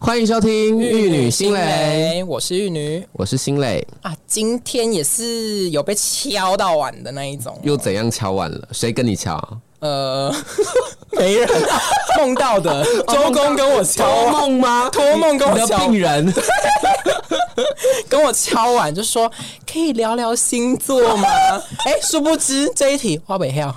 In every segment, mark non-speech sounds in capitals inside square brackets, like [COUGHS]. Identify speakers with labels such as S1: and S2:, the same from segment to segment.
S1: 欢迎收听《玉女心蕾》，
S2: 我是玉女
S1: 我是心蕾。
S2: 啊，今天也是有被敲到碗的那一种，
S1: 又怎样敲完了？谁跟你敲？
S2: 呃， [LAUGHS] 没人哦梦到 [LAUGHS] 的，周公跟我敲
S1: 托
S2: 碗，
S1: 梦吗？
S2: 托梦跟我
S1: 你的
S2: 敲啊
S1: 病人，
S2: [LAUGHS] 跟我敲碗就说可以聊聊星座吗？哎，殊不知这一题花北黑啊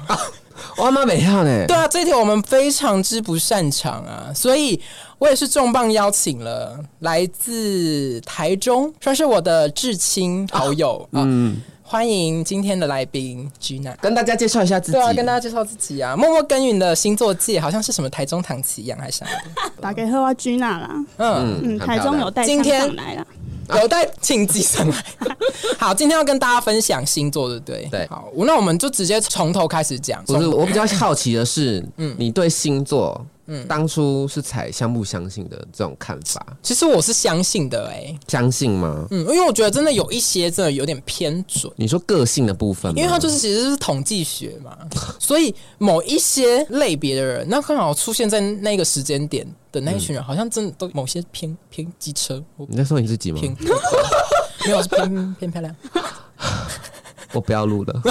S1: 我妈没跳呢。
S2: 对啊，这一题我们非常之不擅长啊，所以我也是重磅邀请了来自台中，算是我的至亲好友啊，欢迎今天的来宾 Gina。
S1: 跟大家介绍一下自己。
S2: 对啊，跟大家介绍自己啊，默默耕耘的星座界好像是什么台中唐琪一样，还是哪里
S3: 打给贺花居娜啦，
S2: 嗯，
S3: 嗯，
S1: 很漂
S3: 台
S1: 亮
S3: 中有带
S2: 今天
S3: 上来啦，
S2: 有待请记上来。 [LAUGHS] 好，今天要跟大家分享星座，对不对？
S1: 对
S2: 好，那我们就直接从头开始讲。
S1: 不是，我比较好奇的是，
S2: 嗯
S1: 你对星座，当初是采相不相信的这种看法，
S2: 其实我是相信的、哎，
S1: 相信吗？
S2: 嗯，因为我觉得真的有一些真的有点偏准。
S1: 你说个性的部分吗，
S2: 因为它就是其实是统计学嘛，所以某一些类别的人，那刚好出现在那个时间点的那一
S1: 嗯
S2: 群人，好像真的都某些偏偏机车，或
S1: 你在说你自己吗？
S2: 偏 [LAUGHS] 没有是偏偏漂亮。
S1: 我不要录
S2: [LAUGHS]
S1: 了。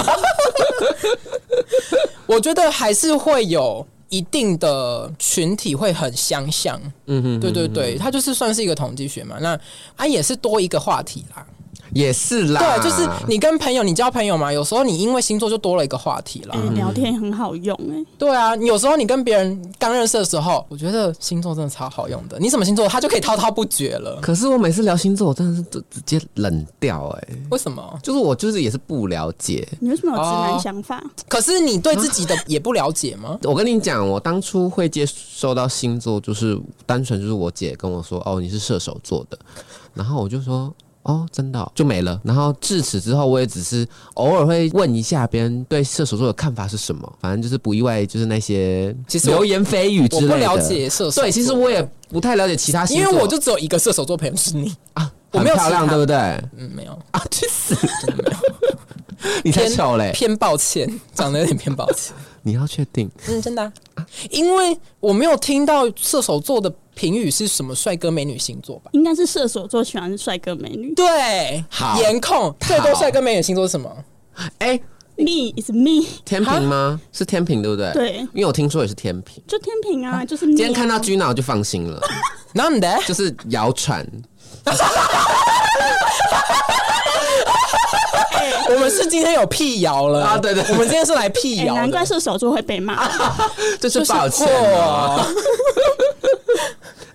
S2: 我觉得还是会有一定的群体会很相像，
S1: 嗯哼，
S2: 对对对，它就是算是一个统计学嘛。那啊也是多一个话题啦，
S1: 也是啦。
S2: 对，就是你跟朋友，你交朋友嘛，有时候你因为星座就多了一个话题啦。
S3: 哎、
S1: 嗯
S3: 聊天很好用哎、
S2: 对啊，你有时候你跟别人刚认识的时候，我觉得星座真的超好用的，你什么星座他就可以滔滔不绝了，
S1: 可是我每次聊星座，我真的是都直接冷掉哎、
S2: 为什么？
S1: 就是我就是也是不了解。
S3: 你为什么有直
S2: 哦
S3: 男想法？
S2: 可是你对自己
S1: [LAUGHS]
S2: 的也不了解吗？
S1: 我跟你讲，我当初会接受到星座，就是单纯就是我姐跟我说，哦，你是射手座的，然后我就说。哦，真的哦、就没了。然后至此之后，我也只是偶尔会问一下别人对射手座的看法是什么，反正就是不意外，就是那些
S2: 其实我
S1: 流言蜚语之
S2: 我
S1: 类的。
S2: 不了解射手座，
S1: 对，其实我也不太了解其他星
S2: 因
S1: 座，
S2: 为我就只有一个射手座朋友是你，
S1: 啊，
S2: 我
S1: 很
S2: 没有
S1: 漂
S2: 其
S1: 亮，
S2: 他
S1: 对不
S2: [LAUGHS]
S1: 对？
S2: 嗯，没有。
S1: 啊，去死！ [LAUGHS] 你才
S2: 偏
S1: 丑嘞！
S2: 偏抱歉，长得有点偏抱歉。
S1: 你要确定
S2: 嗯，真的啊、因为我没有听到射手座的评语是什么帅哥美女星座吧？
S3: 应该是射手座喜欢帅哥美女。
S2: 对，
S1: 好
S2: 颜控最多帅哥美女星座是什么？
S1: 哎、
S3: Me is me，
S1: 天平吗？是天平对不对？，
S3: 对，
S1: 因为我听说也是天平。
S3: 就天平啊，就是
S1: 今
S3: me
S1: 天看到
S3: 啊
S1: Gina 我就放心了，
S2: 然后你的
S1: 就是谣传，
S2: [LAUGHS] 我们是今天有辟谣了
S1: 啊对对对
S2: 我们今天是来辟
S3: 哎、
S2: 谣的，
S3: 难怪射手座会被骂。
S1: [LAUGHS] 这
S2: 就是
S1: 抱歉哦。
S2: [LAUGHS] 错。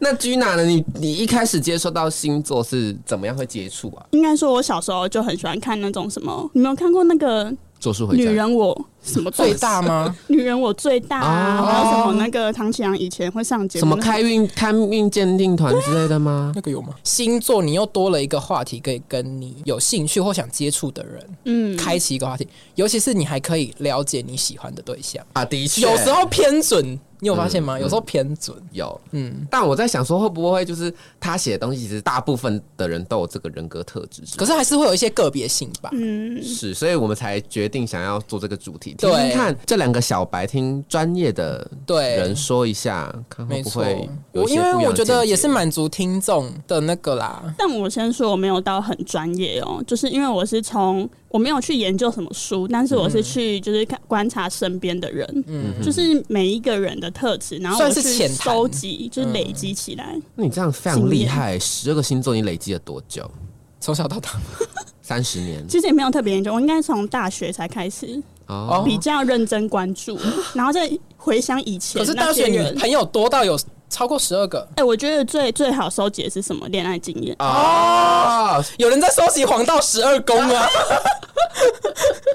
S1: 那 Gina 呢？你你一开始接收到星座是怎么样会接触啊？
S3: 应该说，我小时候就很喜欢看那种什么，你没有看过那个《
S1: 做数回
S3: 女
S1: 家，
S3: 人我》什么
S2: 最大吗？
S3: 女人我最大啊，
S1: 哦
S3: 还有什么那个唐启阳以前会上节目，
S1: 什么开运看运鉴定团之类的吗？ [LAUGHS]
S2: 那个有吗？星座你又多了一个话题可以跟你有兴趣或想接触的人
S3: 嗯，
S2: 开启一个话题，尤其是你还可以了解你喜欢的嗯对象。
S1: 啊，的确
S2: 有时候偏准，你有发现吗？有时候偏准，
S1: 有，
S2: 嗯。
S1: 但我在想说会不会就是他写的东西，其实大部分的人都有这个人格特质，
S2: 可是还是会有一些个别性吧。
S3: 嗯，
S1: 是，所以我们才决定想要做这个主题，听
S2: 对
S1: 听看这两个小白听专业的
S2: 对，
S1: 人说一下，看会
S2: 哎没
S1: 不
S2: 错
S1: 会。有
S2: 我
S1: 一些
S2: 因为
S1: 不一样的
S2: 我觉得
S1: 见
S2: 也是
S1: 解
S2: 满足听众的那个啦。
S3: 但我先说，我没有到很专业哦，就是因为我是从我没有去研究什么书，但是我是去就是看观察身边的人，
S2: 嗯，
S3: 就是每一个人的特质，然后我
S2: 算是
S3: 去
S2: 浅谈嗯
S3: 收集，就是累积起来。
S1: 那你这样非常
S3: 经
S1: 厉
S3: 验
S1: 害，十二个星座你累积了多久？
S2: 从小到大
S1: 三十年
S3: 其实也没有特别研究，我应该从大学才开始
S1: 哦
S2: 哦，
S3: 比较认真
S2: [LAUGHS]
S3: 关注，然后再回想以前
S2: 可是
S3: 那
S2: 大
S3: 些
S2: 学女
S3: 人。
S2: 朋友多到有超过十二个。
S3: 哎、我觉得最最好收集的是什么恋爱经验？
S2: 啊
S1: 哦，
S2: [LAUGHS] 有人在收集黄道十二宫啊，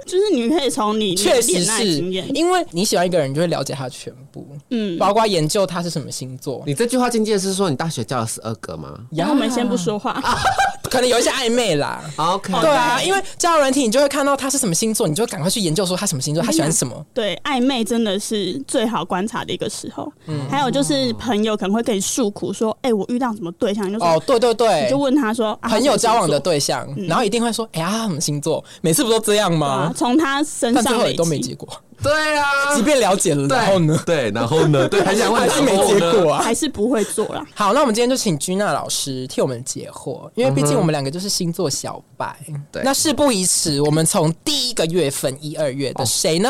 S3: 就是你可以从你
S2: 确
S3: 的
S2: 实
S3: 恋爱
S2: 是
S3: 经验，
S2: 因为你喜欢一个人，你就会了解他全部，
S3: 嗯，
S2: 包括研究他是什么星座。
S1: 你这句话境界是说你大学教了十二个吗
S3: 然后我们先不哦说话，
S2: 可能有一些暧昧啦。
S1: ？OK，
S2: 对啊，因为交友软体，你就会看到他是什么星座，你就会赶快去研究说他什么星座，他喜欢什么。
S3: 对，暧昧真的是最好观察的一个时候。
S2: 嗯
S3: 还有就是朋友可能会跟你诉苦说：“哎、我遇到什么对象？”你就说、
S2: 哦，对对对
S3: 嗯你就，问他说：“啊、
S2: 朋友交往的
S3: 他
S2: 对
S1: 嗯
S2: 象，然后一定会说：“哎呀，他什么星座？每次不都这样
S3: 什么
S2: 吗
S3: 星座啊？”从他身
S2: 但最
S3: 上
S2: 后
S3: 累
S2: 也都没
S3: 积，
S2: 结果。
S1: 对啊，
S2: 即便了解了，
S1: [LAUGHS] 对
S2: 然后呢，
S1: 对，然后呢？对，还想
S2: [LAUGHS]
S1: 问
S2: 还是没
S1: 然后
S2: 结
S1: 呢
S2: 果啊。
S3: 还是不会做
S2: [LAUGHS]
S3: 啦。
S2: 好，那我们今天就请君娜老师替我们解惑，因为毕竟我们两个就是星座小白。
S1: 对
S2: 那事不宜迟，我们从第一个月份一二月
S1: 哦
S2: 的谁呢？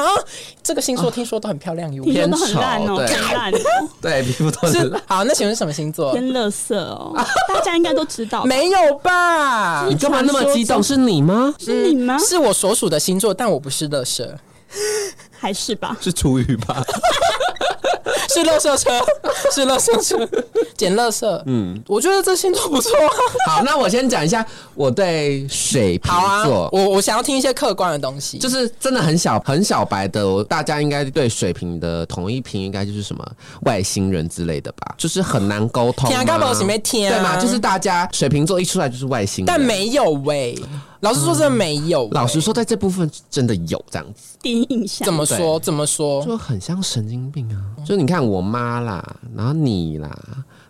S2: 这个星座听说都很漂亮哟。
S3: 听说都很烂哦、
S1: 偏丑对
S3: 很烂、
S2: [LAUGHS]
S3: 哦，
S1: 对，皮肤都
S2: 是
S1: 是。
S2: 好，那请问是什么星座？
S3: 偏垃圾哦、大家应该都知道
S2: [LAUGHS]
S3: 吧，
S2: 没有吧？
S1: 你干嘛那么激动？啊是你吗？
S3: 是你吗？
S2: 是我所属的星座，但我不是乐色，
S3: 还是吧？
S1: 是厨余吧？
S2: 是乐色车， [LAUGHS] 是乐色车，捡乐色。嗯，我觉得这星座不错啊。
S1: 好，那我先讲一下我对水瓶
S2: 好啊，
S1: 座，
S2: 我我想要听一些客观的东西，
S1: 就是真的很小很小白的，我大家应该对水瓶的统一评应该就是什么外星人之类的吧，就是很难沟通
S2: 听
S1: 啊。
S2: 啊干嘛有什么听啊
S1: 对嘛？就是大家水瓶座一出来就是外星人，啊嗯
S2: 但。没有喂、老实说，真的没有喂、
S1: 老实说，在这部分真的有这样子，
S3: 第一印象
S2: 怎么说？怎么说？
S1: 就很像神经病啊！就你看我妈啦，然后你啦，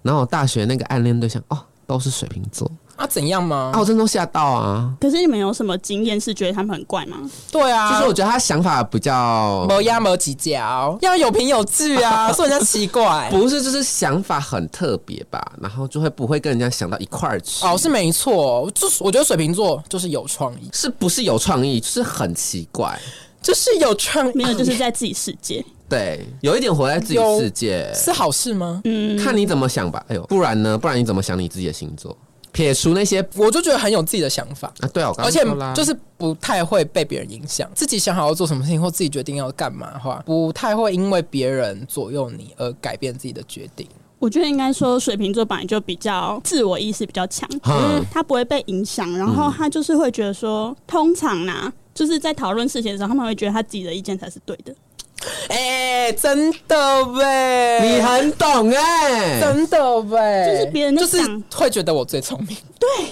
S1: 然后我大学那个暗恋对象哦，都是水瓶座，
S2: 啊，怎样吗？
S1: 啊，我真的都吓到啊！
S3: 可是你们有什么经验是觉得他们很怪吗？
S2: 对
S1: 就
S2: 啊
S1: 是，我觉得他想法比较
S2: 没压没几脚，要有凭有据
S1: [LAUGHS]
S2: 啊，说人家奇怪。
S1: 不是，就是想法很特别吧，然后就会不会跟人家想到一块儿去。
S2: 哦，是没错，就是我觉得水瓶座就是有创意，
S1: 是不是有创意？就是很奇怪，
S2: 就是有创意，
S3: 没有，就是在自己世界。
S1: 对，有一点活在自己世界，
S2: 是好事吗？
S3: 嗯，
S1: 看你怎么想吧。哎呦，不然呢？不然你怎么想你自己的星座？撇除那些
S2: 我就觉得很有自己的想法，
S1: 啊，对啊，我刚刚
S2: 而且
S1: 说啦
S2: 就是不太会被别人影响，自己想好要做什么事情或自己决定要干嘛的话，不太会因为别人左右你而改变自己的决定。
S3: 我觉得应该说水瓶座本来就比较自我意识比较强，
S1: 嗯
S3: 他不会被影响，然后他就是会觉得说，通常啦、就是在讨论事情的时候，他们会觉得他自己的意见才是对的。 [COUGHS]
S2: 哎、真的喂，
S1: 你很懂哎、
S2: 真的喂，
S3: 就是别人在
S2: 就是
S3: 讲
S2: 会觉得我最聪明，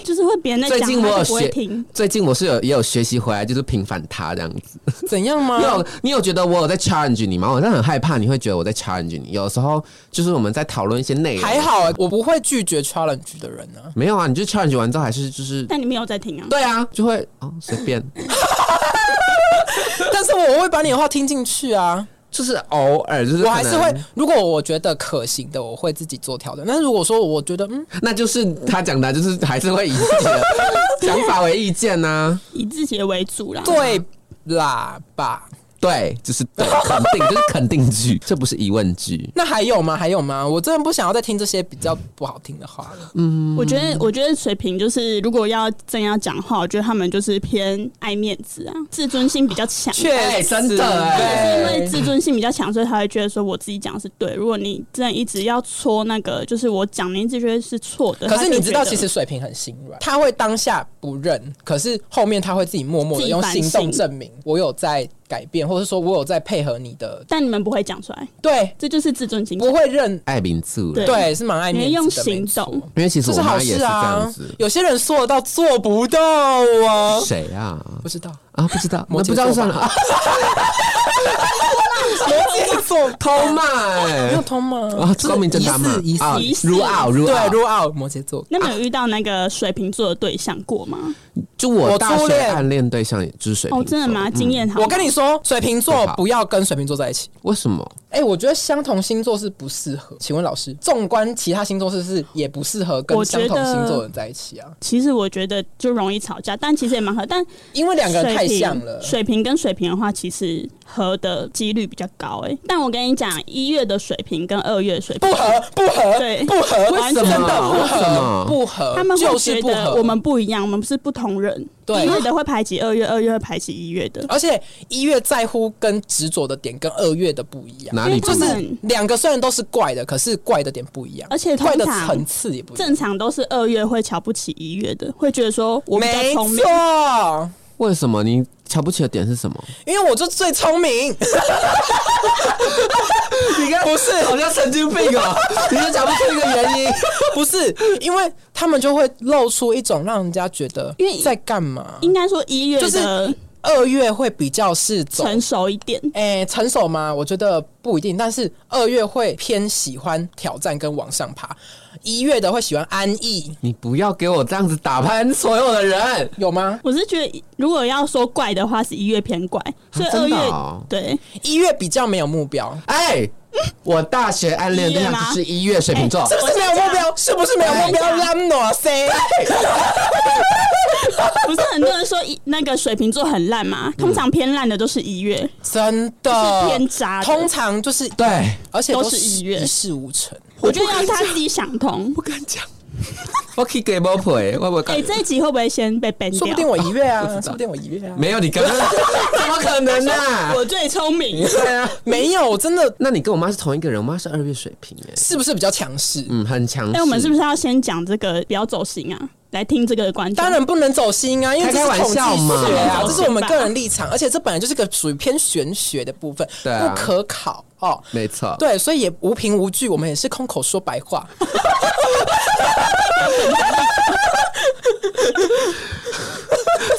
S3: 就是会别人在
S1: 最
S3: 讲，
S1: 近我
S3: 他
S1: 有
S3: 就不会
S1: 学
S3: 听。，
S1: 最近我是有也有学习回来，就是平反他这样子。
S2: 怎样
S1: [LAUGHS]
S2: 吗
S1: 你？有你有觉得我有在 challenge 你吗？我真的很害怕你会觉得我在 challenge 你。有时候就是我们在讨论一些内容，
S2: 还好、欸，我不会拒绝 challenge 的人呢、啊。
S1: 没有啊，你就 challenge 完之后还是就是
S3: 但你没有在听啊？
S1: 对啊，就会哦随便，
S2: 但是我会把你的话听进去啊，
S1: 就是偶尔就是
S2: 我还是
S1: 可
S2: 会
S1: 能，，
S2: 如果我觉得可行的，我会自己做调整。但是如果说我觉得嗯，
S1: 那就是他讲的，就是还是会以自己的想法为意见啊呐、
S3: 以自己为主啦。，
S2: 对啦吧，
S1: [LAUGHS] 对，就是对，肯定就是肯定句，这不是疑问句。
S2: 那还有吗？还有吗？我真的不想要再听这些比较不好听的话了。
S1: 嗯
S3: 我觉得，我觉得水瓶就是，如果要真要讲话，我觉得他们就是偏爱面子啊，自尊心比较强。
S1: 哎
S2: 确实，
S1: 真的
S3: 因
S1: 哎
S3: 为自尊心比较强，所以他会觉得说我自己讲的是对。如果你真的一直要戳那个，就是我讲你一直觉得是错的，
S2: 可是你知道，
S3: 他就觉得
S2: 其实水瓶很心软，他会当下不认，可是后面他会自己默默的用行动证明我有在改变，或者说我有在配合你的，
S3: 但你们不会讲出来，
S2: 对，
S3: 这就是自尊心强。
S2: 不会认，
S1: 爱民族，
S3: 对
S2: 对，是蛮爱面子的，
S3: 你用行
S2: 没错
S3: 动
S1: 因为其实
S2: 这是
S1: 我
S2: 好
S1: 妈也
S2: 事
S1: 这样
S2: 啊
S1: 子。。
S2: 有些人说得到做不到啊，
S1: 谁啊？
S2: 不知道
S1: 啊，不知
S3: [LAUGHS]
S1: 道，
S2: 摩
S1: 那不知
S2: 羯座吧
S1: 道算了，啊
S2: 摩羯座
S1: 偷骂
S2: 没
S3: [LAUGHS]
S1: 哎
S2: 有通吗？
S1: 啊，光明正大骂
S2: 疑似
S1: 啊
S3: 疑，似
S1: 如傲如
S2: 对
S1: 傲，
S2: 入奥摩羯座，
S3: 那你有遇到那个水瓶座的对象过吗？
S1: 就我
S2: 我
S1: 大
S2: 初
S1: 学
S2: 恋
S1: 暗恋对象也就是水瓶
S3: 哦，
S1: 座，
S3: 真的吗？经验好
S2: 嗯
S3: 吗，
S2: 我跟你说，水瓶座
S1: 不好
S2: 不要跟水瓶座在一起。
S1: 为什么？
S2: 哎、我觉得相同星座是不适合。请问老师，纵观其他星座是不是也不适合跟
S3: 我觉
S2: 相
S3: 得
S2: 同星座的人在一起啊？
S3: 其实我觉得就容易吵架，但其实也蛮合。但
S2: 因为两个人太
S3: 水平
S2: 像了。
S3: 水瓶跟水瓶的话，其实合的几率比较高哎、但我跟你讲，一月的水瓶跟二月的水瓶
S2: 不合，不合，
S3: 对
S2: 不合，
S3: 为
S1: 什
S2: 真
S1: 么
S2: 的不
S1: 为什
S2: 合
S1: 么，
S2: 不合，
S3: 他们
S2: 呃就
S3: 会
S2: 是
S3: 觉
S2: 不
S3: 得
S2: 合。
S3: 我们不一样，我们是不同人。
S2: 对啊
S3: 一月的会排挤二月，二月会排挤一月的。
S2: 而且一月在乎跟执着的点跟二月的不一样，
S1: 哪里
S3: 因为
S1: 不
S3: 他
S1: 一
S3: 们
S1: 样
S2: 就是两个虽然都是怪的，可是怪的点不一样，
S3: 而且通
S2: 怪的层
S3: 常
S2: 次也不一样。
S3: 正常都是二月会瞧不起一月的，会觉得说我比较
S2: 没
S3: 聪明。
S2: 错，
S1: 为什么你瞧不起的点是什么？
S2: 因为我就最聪明，
S1: 你看，
S2: 不是
S1: 好像神经病
S2: [LAUGHS]
S1: 哦，你就讲不出一个原因。
S2: 不是因为他们就会露出一种让人家觉得
S3: 因为
S2: 在干嘛。
S3: 应该说一月
S2: 就是
S3: 的
S2: 二月会比较是走
S3: 成熟一点。
S2: 诶、成熟吗？我觉得不一定，但是二月会偏喜欢挑战跟往上爬，一月的会喜欢安逸，
S1: 你不要给我这样子打喷所有的人。
S2: 有吗？
S3: 我是觉得，如果要说怪的话，是一月偏
S2: 啊
S3: 怪，所以
S1: 真
S3: 二
S1: 的
S3: 月、
S1: 哦
S3: 对
S2: 一月比较没有目标，
S1: 哎、我大学暗恋对象就是一月水瓶座，
S2: 是不是没有目标？是不是没有目标？懒惰 C，
S3: 不是很多人说一那个水瓶座很
S2: 嗯
S3: 烂嘛？通常偏烂的都是一月，
S2: 真
S3: 是
S2: 的
S3: 偏渣的
S2: 通常就是，
S1: 对，
S2: 而且都
S3: 都是一月
S2: 一事无成。
S3: 我觉得要他自己想通。
S1: 不敢讲，我可以给包赔，我不
S3: 哎、
S1: 敢。
S3: 这一集会不会先被 ban
S2: 说不定
S3: 掉？
S2: 我一
S3: [LAUGHS]
S2: 月啊，说不定我一月啊，
S1: 没有你刚
S2: [LAUGHS]
S1: 刚怎么可能呢、啊？
S3: 我最聪明，
S1: 对啊，
S2: 没有，真的
S1: 那你跟我妈是同一个人，我妈是二月水瓶哎、
S2: 是不是比较强势？
S1: 嗯，很强势。
S3: 哎、我们是不是要先讲这个不要走心啊？来听这个观众，
S2: 当然不能走心啊，因为这是统计
S1: 开开玩笑嘛
S2: 学啊，
S3: 不能走心吧
S2: 这是我们个人立场，而且这本来就是个属于偏玄学的部分，
S1: 对啊
S2: 不可考哦。
S1: 没错，
S2: 对，所以也无凭无据，我们也是空口说白
S1: [LAUGHS]
S2: 话。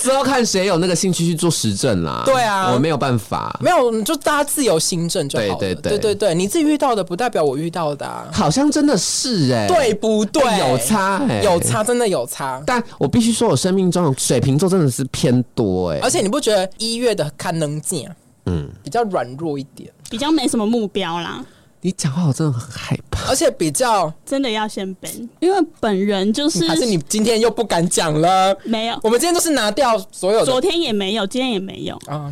S1: 之后看谁有那个兴趣去做实证啦。
S2: 对啊
S1: 我没有办法。
S2: 没有，就大家自由心证就好了。
S1: 对对对
S2: 对对，你自己遇到的不代表我遇到的、啊，
S1: 好像真的是哎、
S2: 对不对？
S1: 有，差哎、
S2: 有。差，真的有差。
S1: 但我必须说，我生命中有水瓶座真的是偏多哎、
S2: 而且你不觉得一月的看能见，嗯，比较软弱一点，
S3: 比较没什么目标啦，
S1: 你讲话我真的很害怕。
S2: 而且比较
S3: 真的要先 ban，因为本人就是
S2: 嗯还是你今天又不敢讲了。
S3: 没有，
S2: 我们今天都是拿掉所有的
S3: 昨天也没有，今天也没有，
S2: 啊，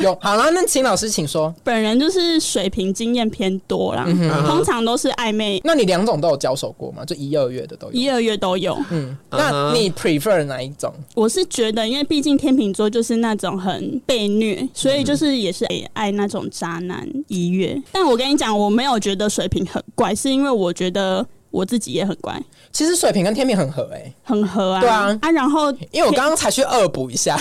S2: 有好了，那秦老师请说。
S3: 本人就是水平经验偏多
S2: 嗯
S3: 啦，通常都是暧昧
S2: 那你两种都有交手过吗？就一二月的都有。
S3: 一二月都有。
S2: 嗯，
S1: 嗯
S2: 那
S1: 哼
S2: 你 prefer 哪一种？
S3: 我是觉得，因为毕竟天秤座就是那种很被虐，所以就是也是爱那种渣男一月。但我跟你讲，我没有觉得水瓶很怪，是因为我觉得我自己也很怪，
S2: 其实水瓶跟天秤很合诶、
S3: 很合啊。
S2: 对啊
S3: 啊，然后
S2: 因为我刚刚才去恶补一
S3: [LAUGHS]
S2: 下，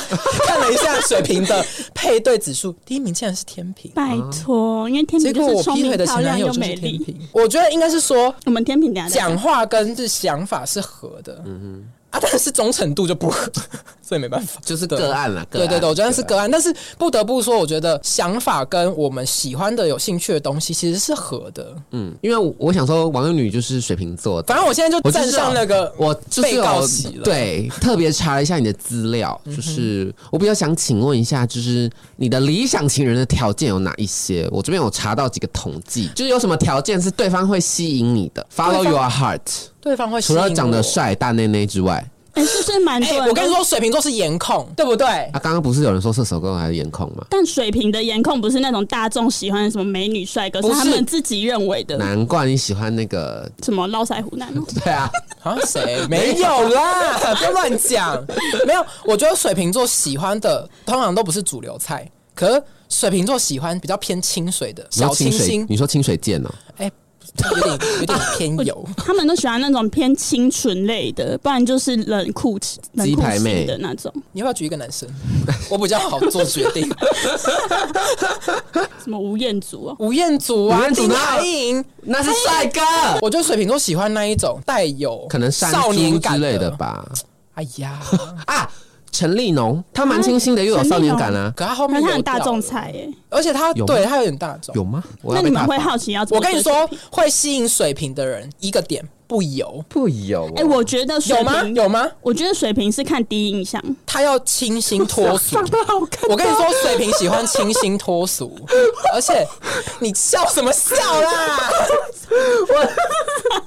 S2: 看了一下水瓶的配对指数，第一名竟然是天平，
S3: 拜托，因为天
S2: 结
S3: 秤
S2: 果
S3: 就是
S2: 我
S3: 聪
S2: 劈
S3: 明
S2: 腿的、
S3: 漂
S2: 前男
S3: 亮
S2: 友
S3: 又
S2: 就
S3: 美
S2: 是天
S3: 丽。
S2: 平。我觉得应该是说
S3: 我们天秤等一下再
S2: 讲话跟是想法是合的，嗯啊，但是忠诚度就不合， [LAUGHS] 所以没办法，
S1: 就是
S2: 对
S1: 个案啦，个
S2: 对
S1: 案
S2: 对对，我觉得是
S1: 案
S2: 个案，但是不得不说，我觉得想法跟我们喜欢的、有兴趣的东西其实是合的。
S1: 嗯，因为我我想说，王佑女就是水瓶座的，
S2: 反正我现在就
S1: 我就
S2: 站
S1: 是啊
S2: 上那个，
S1: 我就是
S2: 被
S1: 有
S2: 告起了嗯
S1: 对特别查了一下你的资料，就是我比较想请问一下，就是你的理想情人的条件有哪一些？我这边有查到几个统计，就是有什么条件是对方会吸引你的？Follow your heart，
S2: 对方会
S1: 除
S2: 吸引
S1: 了长得
S2: 我。
S1: 帅、大内内之外，
S3: 哎、是不是蛮
S2: 哎、
S3: 多人、
S2: 我跟你。说，水瓶座是颜控，对不
S1: [LAUGHS]
S2: 对？
S1: 啊，刚刚不是有人说射手座还是颜控吗？
S3: 但水瓶的颜控不是那种大众喜欢的什么美女帅哥，是
S2: 不是
S3: 他们自己认为的
S1: 难怪你喜欢那个，
S3: 什么络腮胡男哦、
S1: 对
S2: [LAUGHS]
S1: 啊，
S2: 啊，谁没有啦？不要乱讲。没有，我觉得水瓶座喜欢的通常都不是主流菜，可是水瓶座喜欢比较偏清水的
S1: 你
S2: 小
S1: 说
S2: 清
S1: 清水
S2: 新，，
S1: 你说清水剑哦、
S2: 哎、有点有点偏 [LAUGHS] 油。
S3: 他们都喜欢那种偏清纯类的，不然就是冷酷冷
S1: 鸡
S3: 酷
S1: 排妹
S3: 型的那种，
S2: 你要不要举一个男生？ [LAUGHS] 我比较好做决定。
S3: 什么吴彦祖哦、
S2: [LAUGHS] [LAUGHS] 吴彦祖啊，
S1: 吴彦祖
S2: 金
S1: 呢
S2: 海颖，
S1: 那是帅哥，
S2: 我觉得水瓶座喜欢那一种带有
S1: 可能山
S2: 少年
S1: 猪
S2: 感
S1: 之类的。吧。
S2: 哎呀，
S1: 啊，陈立农，他蛮清新的，又有少年感啊，
S2: 可他后
S3: 那
S2: 面
S3: 他
S2: 有
S3: 很大众菜，耶、
S2: 而且他
S1: 有吗
S2: 对他有点大众。
S1: 有吗？我
S3: 那
S1: 要
S3: 你
S1: 被
S3: 们
S1: 打
S3: 会啊
S1: 爆
S3: 好奇要怎么？
S2: 我跟你，说，会吸引水瓶的人一个点不油，
S1: 不有、
S3: 哎、我觉得水
S2: 有吗？
S3: 瓶，
S2: 有吗？
S3: 我觉得水瓶是看第一印象，
S2: 他要清新脱
S3: [LAUGHS]
S2: 俗。我跟你说，水瓶喜欢清新脱 [LAUGHS] 俗，而且你笑什么笑啦？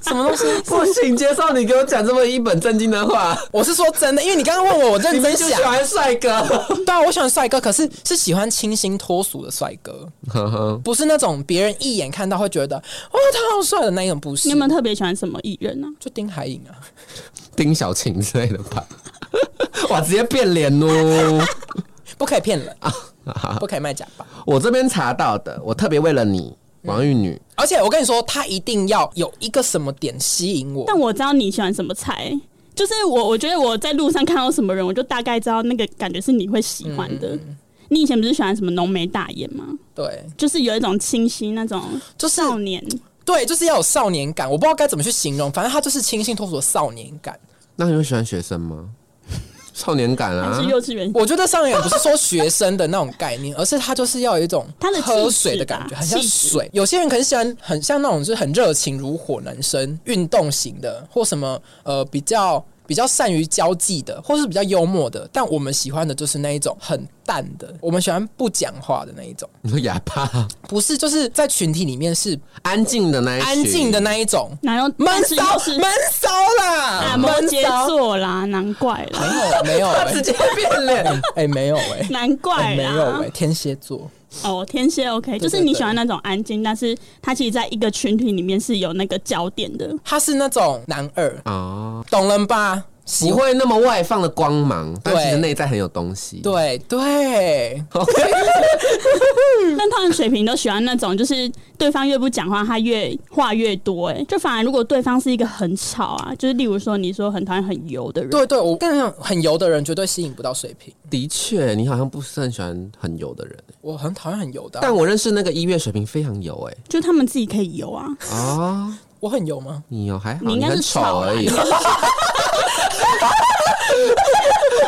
S2: 什么东西？
S1: 不行，接受 [LAUGHS] 你给我讲这么一本正经的话。
S2: 我是说真的，因为你刚刚问我，我认真想。
S1: 欢帅哥，
S2: 对啊，我喜欢帅哥，可是是喜欢清新脱俗的帅哥，
S1: 嗯
S2: 不是那种别人一眼看到会觉得哇他好帅的那一种，不是。
S3: 你有没有特别喜欢什么艺人呢、
S2: 就丁海颖啊，
S1: [LAUGHS]
S2: [LAUGHS]
S1: 丁小晴之类的吧？ [LAUGHS] 哇，直接变脸哦！
S2: 不可以骗人， [LAUGHS] 不可以卖假发。
S1: 我这边查到的，我特别为了你，王玉女，
S2: 而且我跟你说，他一定要有一个什么点吸引我。
S3: 但我知道你喜欢什么菜，就是我我觉得我在路上看到什么人，我就大概知道那个感觉是你会喜欢的。
S2: 嗯
S3: 你以前不是喜欢什么浓眉大眼吗？
S2: 对，
S3: 就是有一种清新那种
S2: 就是
S3: 少年，
S2: 对，就是要有少年感。我不知道该怎么去形容，反正他就是清新脱俗的少年感。
S3: [LAUGHS]
S1: 那你会喜欢学生吗？少年感
S3: 还
S1: 啊
S3: 是，幼稚园？
S2: 我觉得上眼不是说学生的那种概念，而是他就是要有一种
S3: 他的气质吧
S2: 喝水的感觉，很像
S3: 气质
S2: 水。有些人可能喜欢很像那种就是很热情如火男生，运动型的，或什么呃比较比较善于交际的，或是比较幽默的。但我们喜欢的就是那一种很淡的，我们喜欢不讲话的那一种，
S1: 你说哑巴，
S2: 不是就是在群体里面是
S1: 安静的那一群
S2: 安静的那一种，
S3: 哪有？
S2: 闷
S3: 但是
S2: 骚
S3: 又是
S2: 闷骚啦，
S3: 啊，摩
S2: 闷
S3: 羯
S2: 骚。
S3: 座啦，难怪啦，
S2: 没有没有、欸，
S1: 直接变脸，
S2: 哎、没有哎、
S3: 难
S2: 哎
S3: 怪
S2: 没有
S1: 啊
S2: 哎、
S3: 啦。
S2: 天蝎座。
S3: 哦，天蝎 OK，
S2: 对
S3: 就是
S2: 对
S3: 你
S2: 对
S3: 喜欢那种安静，但是他其实在一个群体里面是有那个焦点的。
S2: 他是那种男二，
S1: 哦，
S2: 懂了吧？喜
S1: 不
S2: 欢
S1: 会那么外放的光芒，但
S2: 对
S1: 其实内在很有东西。，
S2: 对对，
S3: 但通常水瓶都喜欢那种，就是对方越不讲话，他越话越多、哎，就反而如果对方是一个很吵啊，就是例如说你说很讨厌很油的人，
S2: 对对，我跟你讲，很油的人绝对吸引不到水瓶。
S1: [LAUGHS] 的确，你好像不是很喜欢很油的人，
S2: 我很讨厌很油的啊、
S1: 但我认识那个一月水平非常油哎、
S3: [LAUGHS] 就他们自己可以油啊。
S1: 哦，
S2: 我很油吗？
S1: 你有还好，
S3: 你应该
S1: 很
S3: 是
S1: 丑
S3: 吵啦
S1: 而已，
S3: 你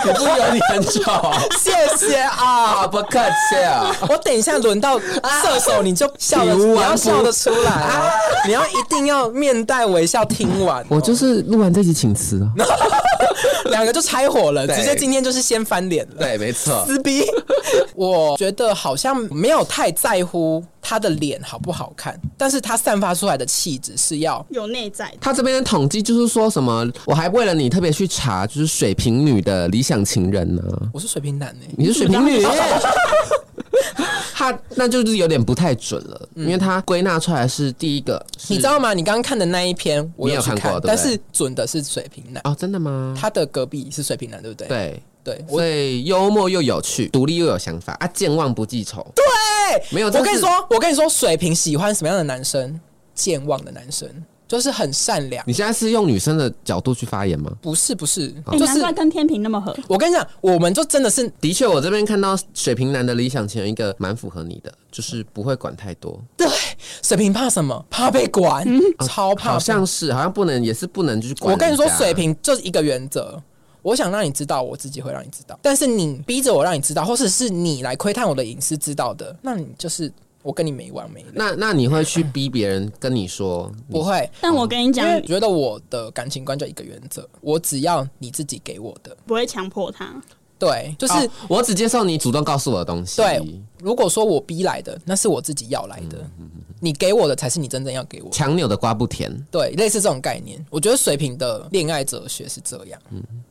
S1: 你不油 [LAUGHS] 你很丑。
S2: 谢谢啊！
S1: 啊，不客气啊！
S2: 我等一下轮
S1: [LAUGHS]
S2: 到射手，你就笑得，
S1: 体无
S2: 你
S1: 完
S2: 要
S1: 肤
S2: 笑得出来啊！
S1: [LAUGHS]
S2: 你要一定要面带微笑听完哦、
S1: [LAUGHS] 我就是录完这集请辞啊。
S2: 两个就拆伙了，
S1: 对
S2: 直接今天就是先翻脸了。
S1: 对，没错，
S2: 撕逼，我觉得好像没有太在乎他的脸好不好看，但是他散发出来的气质是要
S3: 有内在的，
S1: 他这边的统计就是说什么，我还为了你特别去查，就是水瓶女的理想情人啊呢、
S2: 我是水瓶男呢、欸
S1: 你是水瓶女。 [LAUGHS] 他那就是有点不太准了，因为他归纳出来是第一个是，
S2: 你知道吗？你刚刚看的那一篇，我
S1: 你有
S2: 去
S1: 看
S2: 看，
S1: 过对不对
S2: 但是准的是水瓶男，
S1: 哦，真的吗？
S2: 他的隔壁是水瓶男，对不对？
S1: 对，
S2: 对，我
S1: 所以幽默又有趣，独立又有想法啊，健忘不记仇。对，没有，
S2: 我跟
S1: 这
S2: 你
S1: 是
S2: 说，我跟你说，水瓶喜欢什么样的男生？健忘的男生，就是很善良。
S1: 你现在是用女生的角度去发言吗？
S2: 不是不是，
S1: 哦
S3: 哎、
S2: 就是
S3: 难怪跟天平那么合。
S2: 我跟你讲，我们就真的是
S1: 的确，我这边看到水瓶男的理想情人一个蛮符合你的，就是不会管太多，
S2: 对水瓶怕什么？怕被管，超
S1: 嗯
S2: 怕
S1: 好
S2: 被
S1: 像是好像不能，也是不能就是管
S2: 我
S1: 人家。
S2: 跟你说，水瓶就是一个原则。我想让你知道，我自己会让你知道。但是你逼着我让你知道，或者是你来窥探我的隐私知道的，那你就是我跟你没完没了。
S1: 那那你会去逼别人跟你说
S2: 不会，
S3: 但我跟你
S2: 因
S3: 讲，
S2: 为觉得我的感情观就一个原则，我只要你自己给我的。
S3: 不会强迫他。
S2: 对，就是、
S1: 哦我只接受你主动告诉我的东西。
S2: 对，如果说我逼来的，那是我自己要来的，你给我的才是你真正要给我的。
S1: 强扭的瓜不甜。
S2: 对，类似这种概念，我觉得水瓶的恋爱哲学是这样。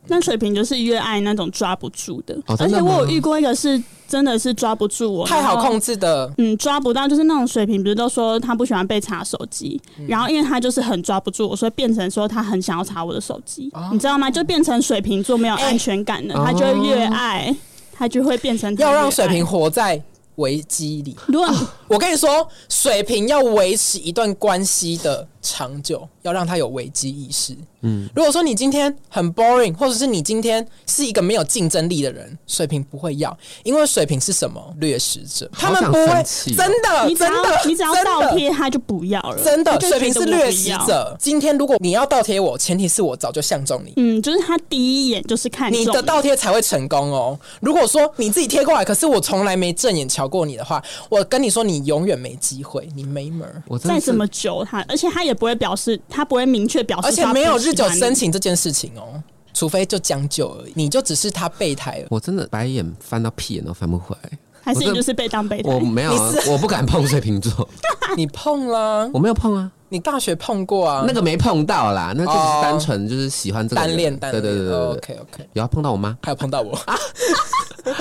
S3: 那水瓶就是越爱那种抓不住的，
S1: 哦
S3: 而
S1: 真的
S3: 且
S1: 吗
S3: 我有遇过一个是真的是抓不住我，
S2: 太好
S3: 然后
S2: 控制的
S3: 嗯，抓不到，就是那种水瓶，不是都说他不喜欢被查手机，
S2: 嗯
S3: 然后因为他就是很抓不住我，所以变成说他很想要查我的手机，
S2: 啊
S3: 你知道吗？就变成水瓶座没有安全感了，
S1: 哎
S3: 他就会越爱，他就会变成他
S2: 要
S3: 越
S2: 让
S3: 爱
S2: 水瓶。活在危机里。
S3: 如果你、
S2: 我跟你说，水瓶要维持一段关系的长久，要让他有危机意识。嗯，如果说你今天很 boring，或者是你今天是一个没有竞争力的人，水瓶不会要，因为水瓶是什么掠食者，他
S1: 好
S2: 们
S1: 想
S2: 不会
S1: 生气哦
S2: 真的
S3: 你只
S2: 啊真
S3: 要
S2: 的
S3: 你只要
S2: 真的
S3: 倒贴，他就不要了，
S2: 真
S3: 他
S2: 的，
S3: 就
S2: 水
S3: 觉
S2: 瓶是
S3: 得我不
S2: 掠食
S3: 要。
S2: 者。今天如果你要倒贴我，前提是我早就相中你。
S3: 嗯，就是他第一眼就是看
S2: 你
S3: 中
S2: 的倒贴才会成功哦。如果说你自己贴过来，可是我从来没正眼瞧过你的话，我跟你说，你永远没机会，你没门儿。
S1: 我真
S3: 再
S1: 的是
S3: 怎么久他，而且他也不会表示，他不会明确表示，
S2: 而且没有日久生。情这件事情哦，除非就将就而已，你就只是他备胎而已。
S1: 我真的白眼翻到屁眼都翻不回来。
S3: 还是
S1: 我
S3: 你
S1: 这
S3: 就是被当备胎
S1: 我？没有啊 [LAUGHS]
S2: 你，
S1: 我不敢碰水瓶座，
S2: 你碰啦，
S1: 我没有碰啊，
S2: 你大学碰过啊？
S1: 那个没碰到啦，那就只
S2: 哦
S1: 是单纯就是喜欢这个人
S2: 单恋单
S1: 对
S2: 恋哦
S1: 对对对对对
S2: OK OK，
S1: 有要啊碰到我
S2: [LAUGHS]
S1: 吗？
S2: 还有碰到我，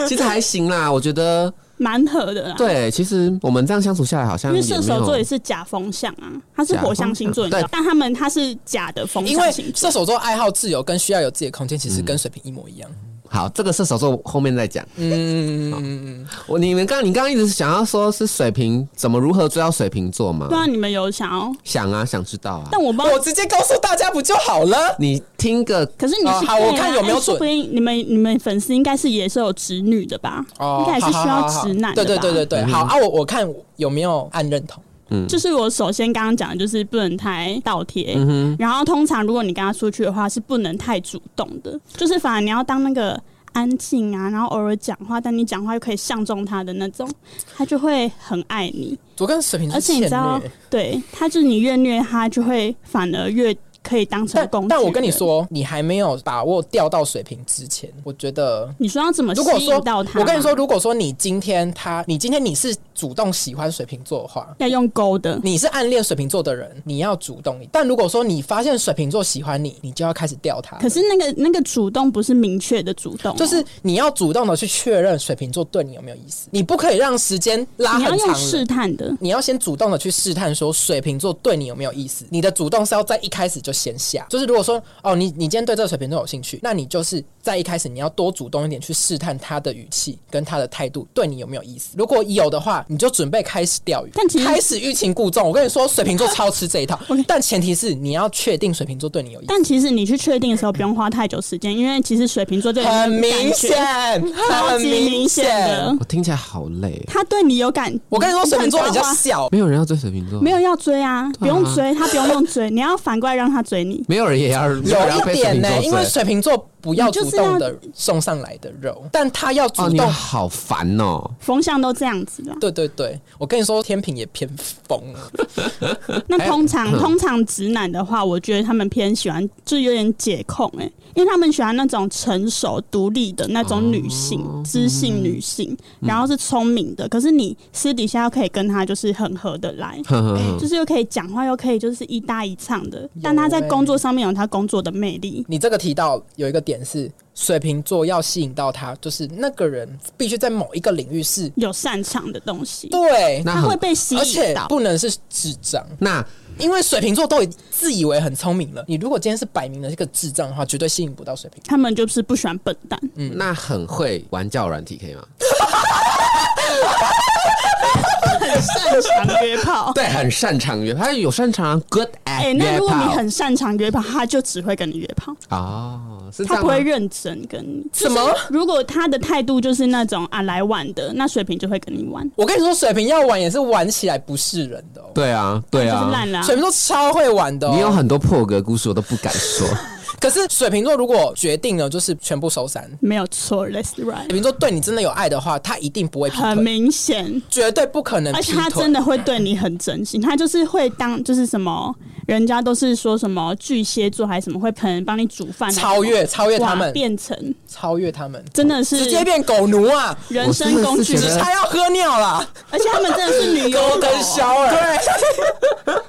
S1: 其实还行啦，我觉得
S3: 蛮合的啦。
S1: 对。其实我们这样相处下来，好像
S3: 因为
S1: 也
S3: 射
S1: 没
S3: 手座也
S1: 有。
S3: 是假风象啊，他是火象星座，你
S1: 假
S3: 知
S1: 风
S3: 道，但他们他是假的风
S2: 因为
S3: 象星座。
S2: 射手座爱好自由跟需要有自己的空间，其实跟水瓶一模一样。
S1: 好，这个射手座后面再讲。
S2: 嗯嗯嗯嗯
S1: 我你们刚你刚刚一直想要说是水瓶怎么如何追到水瓶座吗
S3: 对？啊，你们有想要，
S1: 想啊，想知道啊。
S3: 但我不
S2: 嗯，
S3: 知
S2: 我
S3: 道。
S2: 直接告诉大家不就好了？
S1: 你听个
S3: 可是你
S2: 哦
S3: 是 gay
S2: 好
S3: 啊、
S2: 我看有没有
S3: 哎说
S2: 准
S3: 不定你们你们粉丝应该是也是有直女的吧？应该也是
S2: 啊
S3: 需
S2: 好
S3: 要
S2: 好好好
S3: 直男的
S2: 对
S3: 吧？
S2: 对对对对，好啊，我我看有没有按认同。
S3: 就是我首先刚刚讲的，就是不能太倒贴，
S2: 嗯
S3: 然后通常如果你跟他出去的话，是不能太主动的，就是反而你要当那个安静啊，然后偶尔讲话，但你讲话又可以相中他的那种，他就会很爱你。
S2: 我跟水瓶座
S3: 而且你
S2: 欠
S3: 知道
S2: 虐，
S3: 对他就是你越虐他，就会反而越可以当成
S2: 但
S3: 工具
S2: 但我跟你
S3: 人，
S2: 说，你还没有把握掉到水瓶之前，我觉得
S3: 你说要怎么
S2: 如果
S3: 啊吸
S2: 说
S3: 引到他？
S2: 我跟你说，，如果说你今天他，你今天你是主动喜欢水瓶座的话。
S3: 要用勾的，
S2: 你是暗恋水瓶座的人，你要主动一点。但如果说你发现水瓶座喜欢你，你就要开始钓他。
S3: 可是那个那个主动不是明确的主动哦、
S2: 就是你要主动的去确认水瓶座对你有没有意思，你不可以让时间拉
S3: 你要
S2: 很长了。
S3: 用试探的。
S2: 你要先主动的去试探，说水瓶座对你有没有意思。你的主动是要在一开始就先下，就是如果说哦，你你今天对这个水瓶座有兴趣，那你就是在一开始你要多主动一点去试探他的语气跟他的态度对你有没有意思。如果有的话，你就准备开始钓鱼
S3: 但其，实
S2: 开始欲擒故纵。我跟你说，水瓶座超吃这一套
S3: [LAUGHS] OK，
S2: 但前提是你要确定水瓶座对你有意思。
S3: 但其实你去确定的时候不用花太久时间，因为其实水瓶座对你
S2: 很
S3: 有
S2: 明
S3: 感觉
S2: 显，
S3: [LAUGHS] 超
S2: 很
S3: 级明显的，
S1: 我听起来好累哦。
S3: 他对你有感。
S2: 我跟你说，水瓶座比较
S3: 感觉的话
S2: 小，
S1: 没有人要追水瓶座，
S3: 没有要追啊，不用追，他不用用追，你要反过来让他追你。
S1: 没有人也要没有人要
S2: 有
S1: 被
S2: 一
S1: 水
S2: 点
S1: 瓶
S2: 呢、
S1: 座
S2: 因为
S1: 追。
S2: 水瓶座不要
S3: 你就
S2: 主
S3: 是要
S2: 动的送上来的肉，但他要主
S1: 哦，你
S2: 动。
S1: 们好烦哦！ [LAUGHS]
S3: 风向都这样子的，
S2: [LAUGHS] 对对对，我跟你说，天平也偏疯了，
S3: 那
S1: 哎
S3: 通常、
S1: 嗯
S3: 通常直男的话，我觉得他们偏喜欢，就有点解控哎、欸因为他们喜欢那种成熟独立的那种女性，
S1: 哦
S3: 知性女性，
S1: 嗯
S3: 然后是聪明的，可是你私底下又可以跟她就是很合得来，
S1: 哼哼哼
S3: 就是又可以讲话，又可以就是一搭一唱的，但
S2: 有
S3: 她在
S2: 欸
S3: 工作上面有她工作的魅力，
S2: 你这个提到有一个点是，水瓶座要吸引到他，就是那个人必须在某一个领域是
S3: 有擅长的东西，
S2: 对，
S1: 那
S3: 她会
S1: 很
S3: 被吸
S2: 而且
S3: 引到。
S2: 不能是智障，
S1: 那
S2: 因为水瓶座都已自以为很聪明了，你如果今天是摆明了这个智障的话，绝对吸引不到水瓶。
S3: 他们就是不喜欢笨蛋，
S1: 那很会玩教软体可以吗？
S3: 很 [LAUGHS] 擅长约炮。
S1: [LAUGHS] 对，很擅长约，他有擅长啊 good at
S3: 哎、那
S1: 约
S3: 如果你
S1: 炮
S3: 很擅长约炮，他就只会跟你约炮，
S1: 哦，是这
S3: 他
S1: 样
S3: 不
S1: 吗
S3: 会认真跟你。
S2: 什么
S3: 就是如果他的态度就是那种啊来玩的，那水瓶就会跟你玩，
S2: 我跟你说，水瓶要玩也是玩起来不是人的、哦，
S1: 对啊，对
S3: 就是
S1: 啊，
S3: 烂啦、
S2: 水瓶座超会玩的、哦。
S1: 你有很多破格故事，我都不敢说。
S2: 可是水瓶座如果决定了就是全部收山，
S3: 没有错，Let's
S2: 水
S3: right，
S2: 瓶座对你真的有爱的话，他一定不会劈
S3: 很
S2: 腿，
S3: 明显。
S2: 绝对不可能
S3: 而
S2: 劈
S3: 且
S2: 腿。
S3: 他真的会对你很真心，他就是会当就是什么，人家都是说什么巨蟹座还是什么，会可能帮你煮饭，啊
S2: 超越超越
S3: 哇
S2: 他们，
S3: 变成
S2: 超越他们，
S3: 真的是
S2: 直接变狗奴啊！
S3: 人生工具
S1: 我真的是觉
S3: 人
S1: 得，
S2: 他要喝尿啦，
S3: 而且他们真的是女友
S2: 狗
S3: 狗哦
S2: 跟肖哎，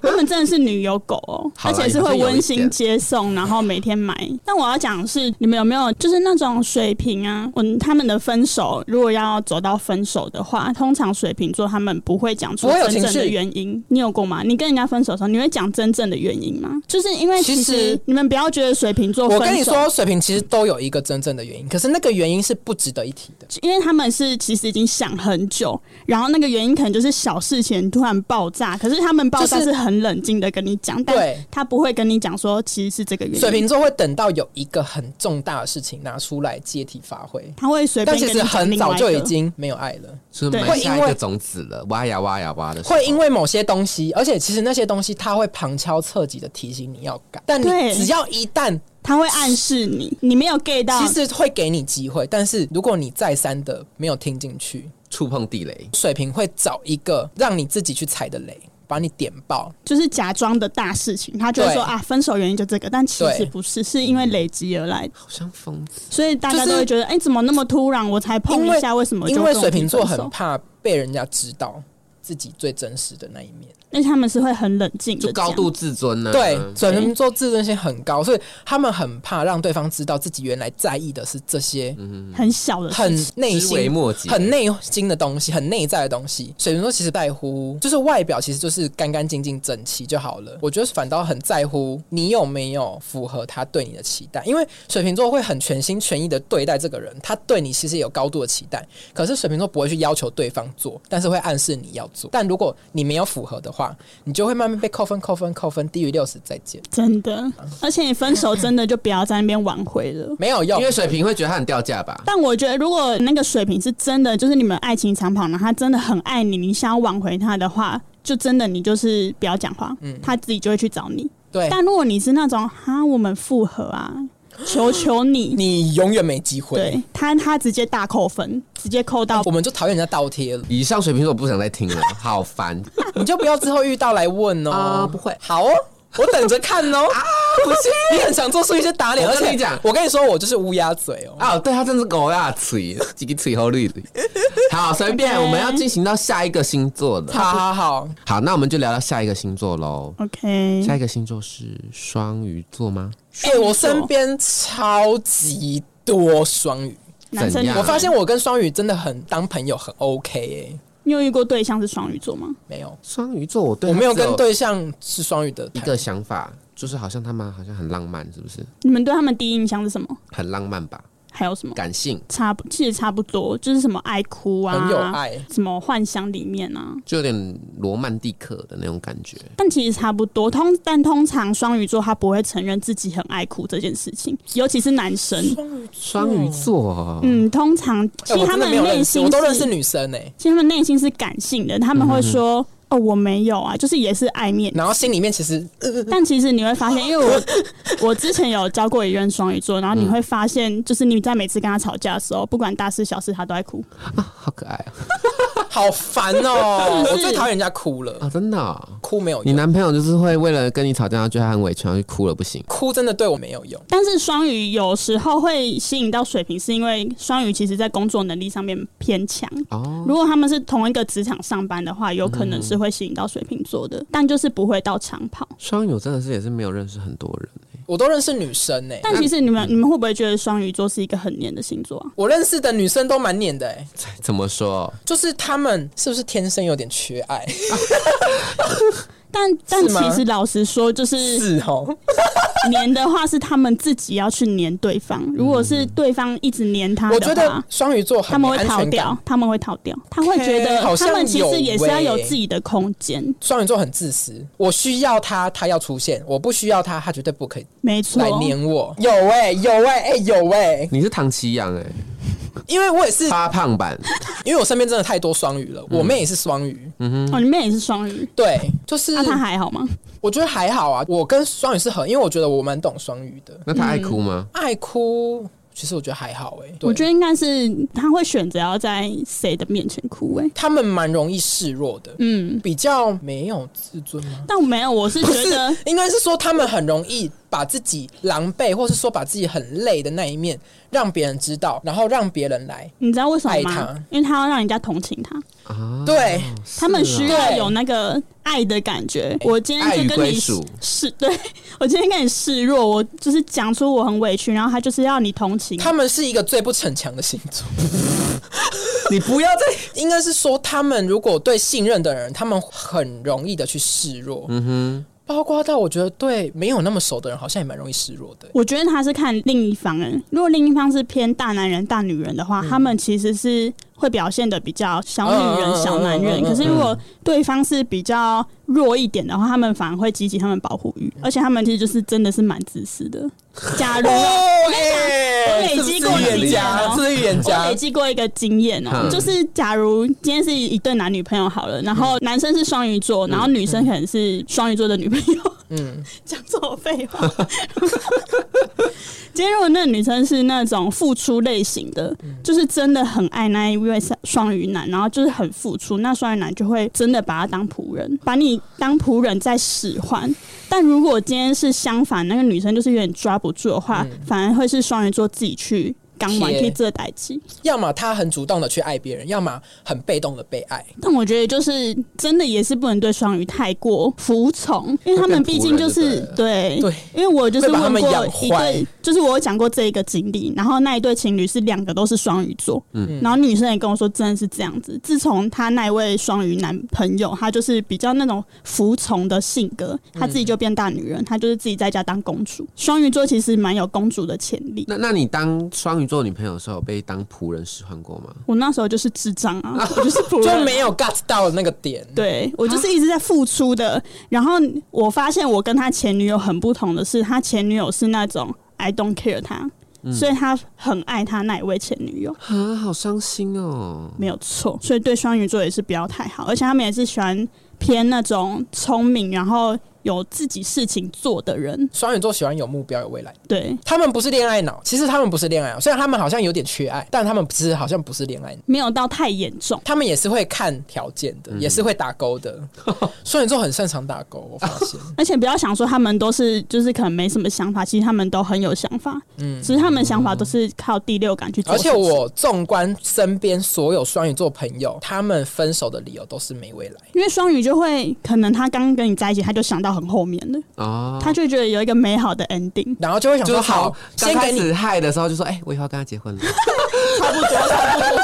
S3: 他们真的是女友狗哦，
S1: 好
S3: 而
S1: 啦
S3: 且是会温馨接送，然后每天买。但我要讲的是，你们有没有就是那种水瓶啊？嗯，他们的分手如果要走到分手的话，通常水瓶座他们不会讲出
S2: 不会有
S3: 真正
S2: 情
S3: 的
S2: 绪
S3: 原因。你有过吗？你跟人家分手的时候，你会讲真正的原因吗？就是因为
S2: 其
S3: 其实
S2: 实
S3: 你们不要觉得水瓶座，
S2: 我跟你说，。水瓶其实都有一个真正的原因，可是那个原因是不值得一提的。
S3: 因为他们是其实已经想很久，然后那个原因可能就是小事情突然爆炸，可是他们爆炸
S2: 就是
S3: 是很冷静的跟你讲，但
S2: 对
S3: 他不会跟你讲说其实是这个原因。
S2: 水瓶座会等到有一个很重大的事情拿出来接体发挥，
S3: 他会随
S2: 但
S3: 便
S2: 其
S3: 跟你
S2: 实
S3: 讲
S2: 很
S3: 另外
S2: 早
S3: 一
S2: 就已
S3: 个
S2: 经没有爱了。
S1: 就是
S3: 对
S1: 埋下一
S2: 会因为
S1: 个种子了，挖呀挖呀挖的时候，
S2: 会因为某些东西，而且其实那些东西它会旁敲侧击的提醒你要改，但你
S3: 对
S2: 只要一旦
S3: 他会暗示你，你没有 get 到。
S2: 其实会给你机会，但是如果你再三的没有听进去，
S1: 触碰地雷，
S2: 水瓶会找一个让你自己去踩的雷，把你点爆。
S3: 就是假装的大事情，他就会
S2: 对
S3: 说啊，分手原因就这个，但其实
S2: 对
S3: 不是，是因为累积而来的，
S1: 好像疯子。
S3: 所以大家
S2: 就是
S3: 都会觉得，哎、怎么那么突然？我才碰一下，为什么就
S2: 因为
S3: 跟我
S2: 水瓶座
S3: 分手
S2: 很怕被人家知道自己最真实的那一面，
S3: 因为他们是会很冷静的
S1: 就高度自尊
S3: 嗯
S1: 啊呢、
S2: 对，水瓶座自尊心很高，所以他们很怕让对方知道自己原来在意的是这些
S3: 讲很小的事
S2: [LAUGHS] 很
S3: 情
S2: 内
S1: 枝微
S2: 心
S1: 末节，
S2: 很内心的东西，很内在的东西。水瓶座其实在乎，就是外表其实就是干干净净、整齐就好了。我觉得反倒很在乎你有没有符合他对你的期待，因为水瓶座会很全心全意的对待这个人，他对你其实也有高度的期待。可是水瓶座不会去要求对方做，但是会暗示你要做。但如果你没有符合的话，你就会慢慢被扣分、扣分、扣分，低于六十再见，
S3: 真的，而且你分手真的就不要在那边挽回了。
S2: 没有用
S1: 因。为水瓶会觉得他很掉价吧？
S3: 但我觉得，如果那个水平是真的，就是你们爱情长跑呢，他真的很爱你，你想要挽回他的话，就真的你就是
S1: 嗯
S3: 不要讲话，他自己就会去找你。
S2: 对，
S3: 但如果你是那种哈，我们复合啊，求求你，
S2: 你永远没机会。
S3: 对他他直接大扣分，直接扣到
S1: 哦
S2: 我们就讨厌人家倒贴了，
S1: 以上水瓶座我不想再听了，好烦。
S2: 你就不要之后遇到来问哦。
S1: 啊不会
S2: 好哦，我等着看
S1: [LAUGHS]
S2: 哦。啊，不是，你很常做出一些打脸，
S1: 我
S2: 而
S1: 跟
S2: 且
S1: 你讲
S2: 我跟你说，我就是乌鸦嘴
S1: [LAUGHS]
S2: 哦。
S1: 啊，对他真是狗大嘴，几个嘴好
S2: [LAUGHS]
S1: 绿的。好，随便，
S3: OK
S1: 我们要进行到下一个星座了。
S2: 好好好，
S1: 好，那我们就聊到下一个星座喽。
S2: 嗯
S3: OK，
S1: 下一个星座是双鱼座吗？
S2: 哎、我身边超级多双鱼，
S3: 男生
S1: 怎
S3: 女生，
S1: 样
S2: 我发现我跟双鱼真的很当朋友，很 OK 哎、
S3: 你有遇过对象是双鱼座吗？
S2: 没有，
S1: 双鱼座，我对
S2: 我
S1: 他
S2: 没有
S1: 只
S2: 跟对象是双鱼的
S1: 一
S2: 谈。
S1: 个想法，就是好像他们好像很浪漫，是不是？
S3: 你们对他们第一印象是什么？
S1: 很浪漫吧，
S3: 还有什么？
S1: 感性，
S3: 差不，其实差不多，就是什么爱哭啊，
S2: 很有爱，哎
S3: 什么幻想里面啊，
S1: 就有点罗曼蒂克的那种感觉。
S3: 但其实差不多。通但通常双鱼座他不会承认自己很爱哭这件事情，尤其是男生。
S1: 双鱼座，
S3: 嗯，通常
S2: 哎
S3: 其实
S2: 我
S3: 他
S2: 真的
S3: 们
S2: 没有
S3: 内
S2: 认识，
S3: 心
S2: 我都认
S3: 是
S2: 识女生哎、
S3: 其实他们内心是感性的，他们会
S2: 嗯
S3: 说：“哦，我没有啊，就是也是爱面子。
S2: 然后心里面其实呃
S3: 但其实你会发
S2: [LAUGHS]
S3: 现，因为我我之前有教过一任双鱼座，然后
S2: 嗯
S3: 你会发现，就是你在每次跟他吵架的时候，不管大事小事，他都在哭。
S1: 好可爱啊！
S2: 好烦
S1: [LAUGHS]
S2: 哦、
S3: 是
S2: 我
S3: 不是
S2: 最讨厌人家哭了，
S1: 啊真的哦、
S2: 哭没有
S1: 你
S2: 用，
S1: 男朋友就是会为了跟你吵架，然后觉得他很委屈，然后就哭了不行。
S2: 哭真的对我没有用。
S3: 但是双鱼有时候会吸引到水瓶，是因为双鱼其实在工作能力上面偏强。
S1: 哦，
S3: 如果他们是同一个职场上班的话，有可能是会吸引到水瓶座的，但就是不会到长跑。
S1: 双鱼我真的是也是没有认识很多人。
S2: 我都认识女生哎、
S3: 但其实你们你们会不会觉得双鱼座是一个很黏的星座啊？
S2: 我认识的女生都蛮黏的哎、
S1: 怎么说？
S2: 就是她们是不是天生有点缺爱？
S3: 但但
S2: 是吗
S3: 其实老实说，就是
S2: 是哦，
S3: 黏的话是他们自己要去黏对方，如果是对方一直黏他
S2: 嗯我觉
S3: 的
S2: 得
S3: 话，
S2: 双鱼座
S3: 他
S2: 很没
S3: 们会
S2: 安
S3: 逃
S2: 全
S3: 掉
S2: 感，，
S3: 他们会逃掉，他会觉
S2: OK，好
S3: 得
S2: 像
S3: 他们其实也是要
S2: 有
S3: 有
S2: 欸
S3: 自己的空间，
S2: 双鱼座很自私。我需要他，他要出现；我不需要他，他绝对不可以
S3: 没错
S2: 来。黏我。有哎、有哎、哎、有哎、
S1: 你是唐奇阳哎、
S2: 因为我也是，
S1: 发胖版，
S2: 因为我身边真的太多双鱼了。
S3: 嗯
S2: 我妹也是双鱼，
S3: 哦，你妹也是双鱼，
S2: 对，就是
S3: 那、啊她还好吗？
S2: 我觉得还好啊。我跟双鱼是很，因为我觉得我蛮懂双鱼的。
S1: 那他爱哭吗？
S2: 爱哭，其实我觉得还好哎、对
S3: 我觉得应该是她会选择要在谁的面前哭、欸，
S2: 他们蛮容易示弱的，
S3: 嗯，
S2: 比较没有自尊吗？
S3: 但没有，我是
S2: 不
S3: 觉
S2: 是
S3: 得，
S2: 应该是说他们很容易把自己狼狈，或是说把自己很累的那一面让别人知道，然后让别人来。
S3: 你知道为什么
S2: 爱
S3: 吗
S2: 她？
S3: 因为她要让人家同情她，
S1: 啊，
S2: 对
S1: 是
S3: 他们需
S1: 哦
S3: 要
S2: 对
S3: 有那个爱的感觉。
S2: 哎
S3: 我今
S1: 爱与
S3: 天就跟
S1: 归
S3: 你
S1: 属
S3: 示， [LAUGHS] 对我今天跟你示弱，我就是讲出我很委屈，然后他就是要你同情。
S2: 他们是一个最不逞强的星座，你不要再，应该是说他们如果对信任的人，他们很容易的去示弱，嗯哼，包括到我觉得对没有那么熟的人，好像也蛮容易示弱的。
S3: 我觉得他是看另一方人，如果另一方是偏大男人、大女人的
S2: 嗯
S3: 话，他们其实是会表现的比较小女人、
S2: 嗯嗯嗯
S3: 小男
S2: 嗯
S3: 人。
S2: 嗯嗯
S3: 可是如果对方是比较弱一点的话，他们反而会激起他们保护欲，而且他们其实就是真的是蛮自私的。假如
S2: 哦，
S3: 我
S2: 哎
S3: 累积过
S1: 经
S2: 是啊不是预言
S1: 验
S2: 家，
S3: 哦
S2: 是不是预言
S3: 我
S2: 家
S3: 累，积过一个经验哦、
S1: 嗯
S3: 就是假如今天是一对男女朋友好了，然后男生是双鱼座，然后女生可能是双鱼座的女朋友， [LAUGHS]
S2: 嗯，
S3: 讲这种废话。今天如果那个女生是那种付出类型的，就是真的很爱那一位双鱼男，然后就是很付出，那双鱼男就会真的把他当仆人，把你当仆人在使唤。但如果今天是相反，那个女生就是有点抓不住的话，反而会是双鱼座自己去刚完
S2: 贴
S3: 去这代际。
S2: 要么他很主动的去爱别人，要么很被动的被爱。
S3: 但我觉得就是真的也是不能对双鱼太过服从，因为他们毕竟就是对
S2: 对
S3: 因为我就是
S2: 会把他
S3: 问
S2: 们
S3: 过
S2: 养
S3: 一
S2: 坏
S3: 对，就是我有讲过这一个经历，然后那一对情侣是两个都是双鱼座，嗯，然后女生也跟我说真的是这样子。自从她那一位双鱼男朋友，他就是比较那种服从的性格，他自己就变大女人，他就是自己在家当公主。双鱼座其实蛮有公主的潜力。
S1: 那那你当双鱼座女朋友的时候，有被当仆人使唤过吗？
S3: 我那时候就是智障
S2: [LAUGHS]
S3: 啊，我就是仆人啊
S2: 就没有 get 到那个点。
S3: 对我就是一直在付出的。然后我发现我跟他前女友很不同的是，他前女友是那种 I don't care 他，所以他很爱他那一位前女友，
S1: 啊，好伤心哦。
S3: 没有错。所以对双鱼座也是不要太好，而且他们也是喜欢偏那种聪明，然后。有自己事情做的人。
S2: 双鱼座喜欢有目标、有未来，
S3: 对，
S2: 他们不是恋爱脑，其实他们不是恋爱脑，虽然他们好像有点缺爱，但他们其实好像不是恋爱脑。
S3: 没有到太严重。
S2: 他们也是会看条件的，
S1: 嗯
S2: 也是会打勾的。
S1: [LAUGHS]
S2: 双鱼座很擅长打勾，我发现。
S3: 而且不要想说他们都是就是可能没什么想法，其实他们都很有想法，
S2: 嗯
S3: 只是他们的想法都是靠第六感去做
S2: 而
S3: 事情。
S2: 且我纵观身边所有双鱼座朋友，他们分手的理由都是没未来。
S3: 因为双鱼就会可能他刚跟你在一起，他就想到很后面了，
S1: 哦，
S3: 他就会觉得有一个美好的 ending，
S2: 然后就会想
S1: 就
S2: 说
S1: 是
S2: 好
S1: 好，，刚
S2: 先给
S1: 开
S2: 你
S1: 始害的时候就说，哎、我以后要跟他结婚了。
S2: 差不多，差不多。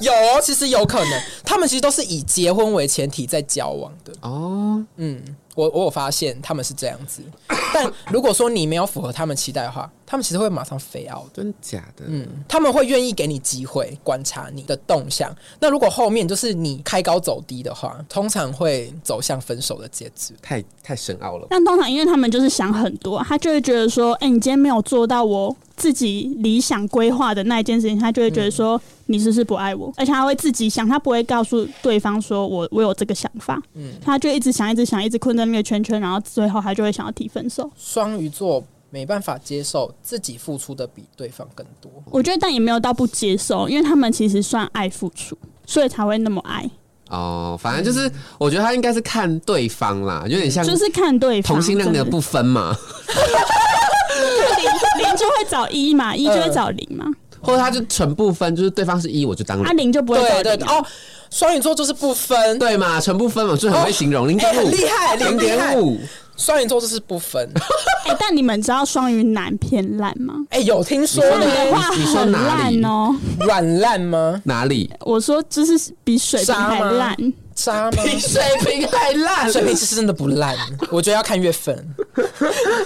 S2: 有哦，其实有可能，他们其实都是以结婚为前提在交往的。
S1: 哦，
S2: 嗯，我我有发现他们是这样子， [COUGHS] 但如果说你没有符合他们期待的话，他们其实会马上飞 out 的。
S1: 真假的？
S2: 嗯，他们会愿意给你机会观察你的动向。那如果后面就是你开高走低的话，通常会走向分手的结局。
S1: 太太深奥了。
S3: 但通常因为他们就是想很多，他就会觉得说，哎、你今天没有做到我自己理想规划的那一件事情，他就会觉得说、你是不是不爱
S1: 嗯
S3: 我，而且他会自己想，他不会告诉对方说我我有这个想法，
S2: 嗯
S3: 他就一直想一直想，一直困在那个圈圈，然后最后他就会想要提分手。
S2: 双鱼座没办法接受自己付出的比对方更多。
S3: 我觉得但也没有到不接受，因为他们其实算爱付出，所以才会那么爱，
S1: 哦，反正就是，我觉得他应该是看对方啦，有点像
S3: 就是看对方
S1: 同性恋的
S3: 真
S1: 不分嘛，
S3: [LAUGHS] 零零就会找一嘛，一就会找零嘛，
S1: 或者他就纯不分，就是对方是一，我就当
S3: 啊
S1: 零，
S3: 零就不会
S2: 对
S3: 找
S2: 对
S3: 零啊。
S2: 哦，双鱼座就是不分，
S1: 对嘛，纯不分嘛，就很会形容零
S2: 哎
S1: 点五
S2: [LAUGHS] 很，厉害，
S1: 零
S2: 很厉害
S1: 点。五，
S2: 双鱼座就是不分。
S3: 哎、但你们知道双鱼男偏烂吗？
S2: 哎、有听说
S3: 他们
S2: 呢？
S3: 的话
S1: 你说
S3: 很
S1: 哪里
S3: 烂哦、
S2: 软烂吗？
S1: 哪里？
S3: 我说就是比水瓶还烂，
S2: 渣
S1: [LAUGHS]
S2: 吗？
S1: 比水平还
S2: [LAUGHS]
S1: 烂，
S2: 水瓶其实真的不烂，我觉得要看月份。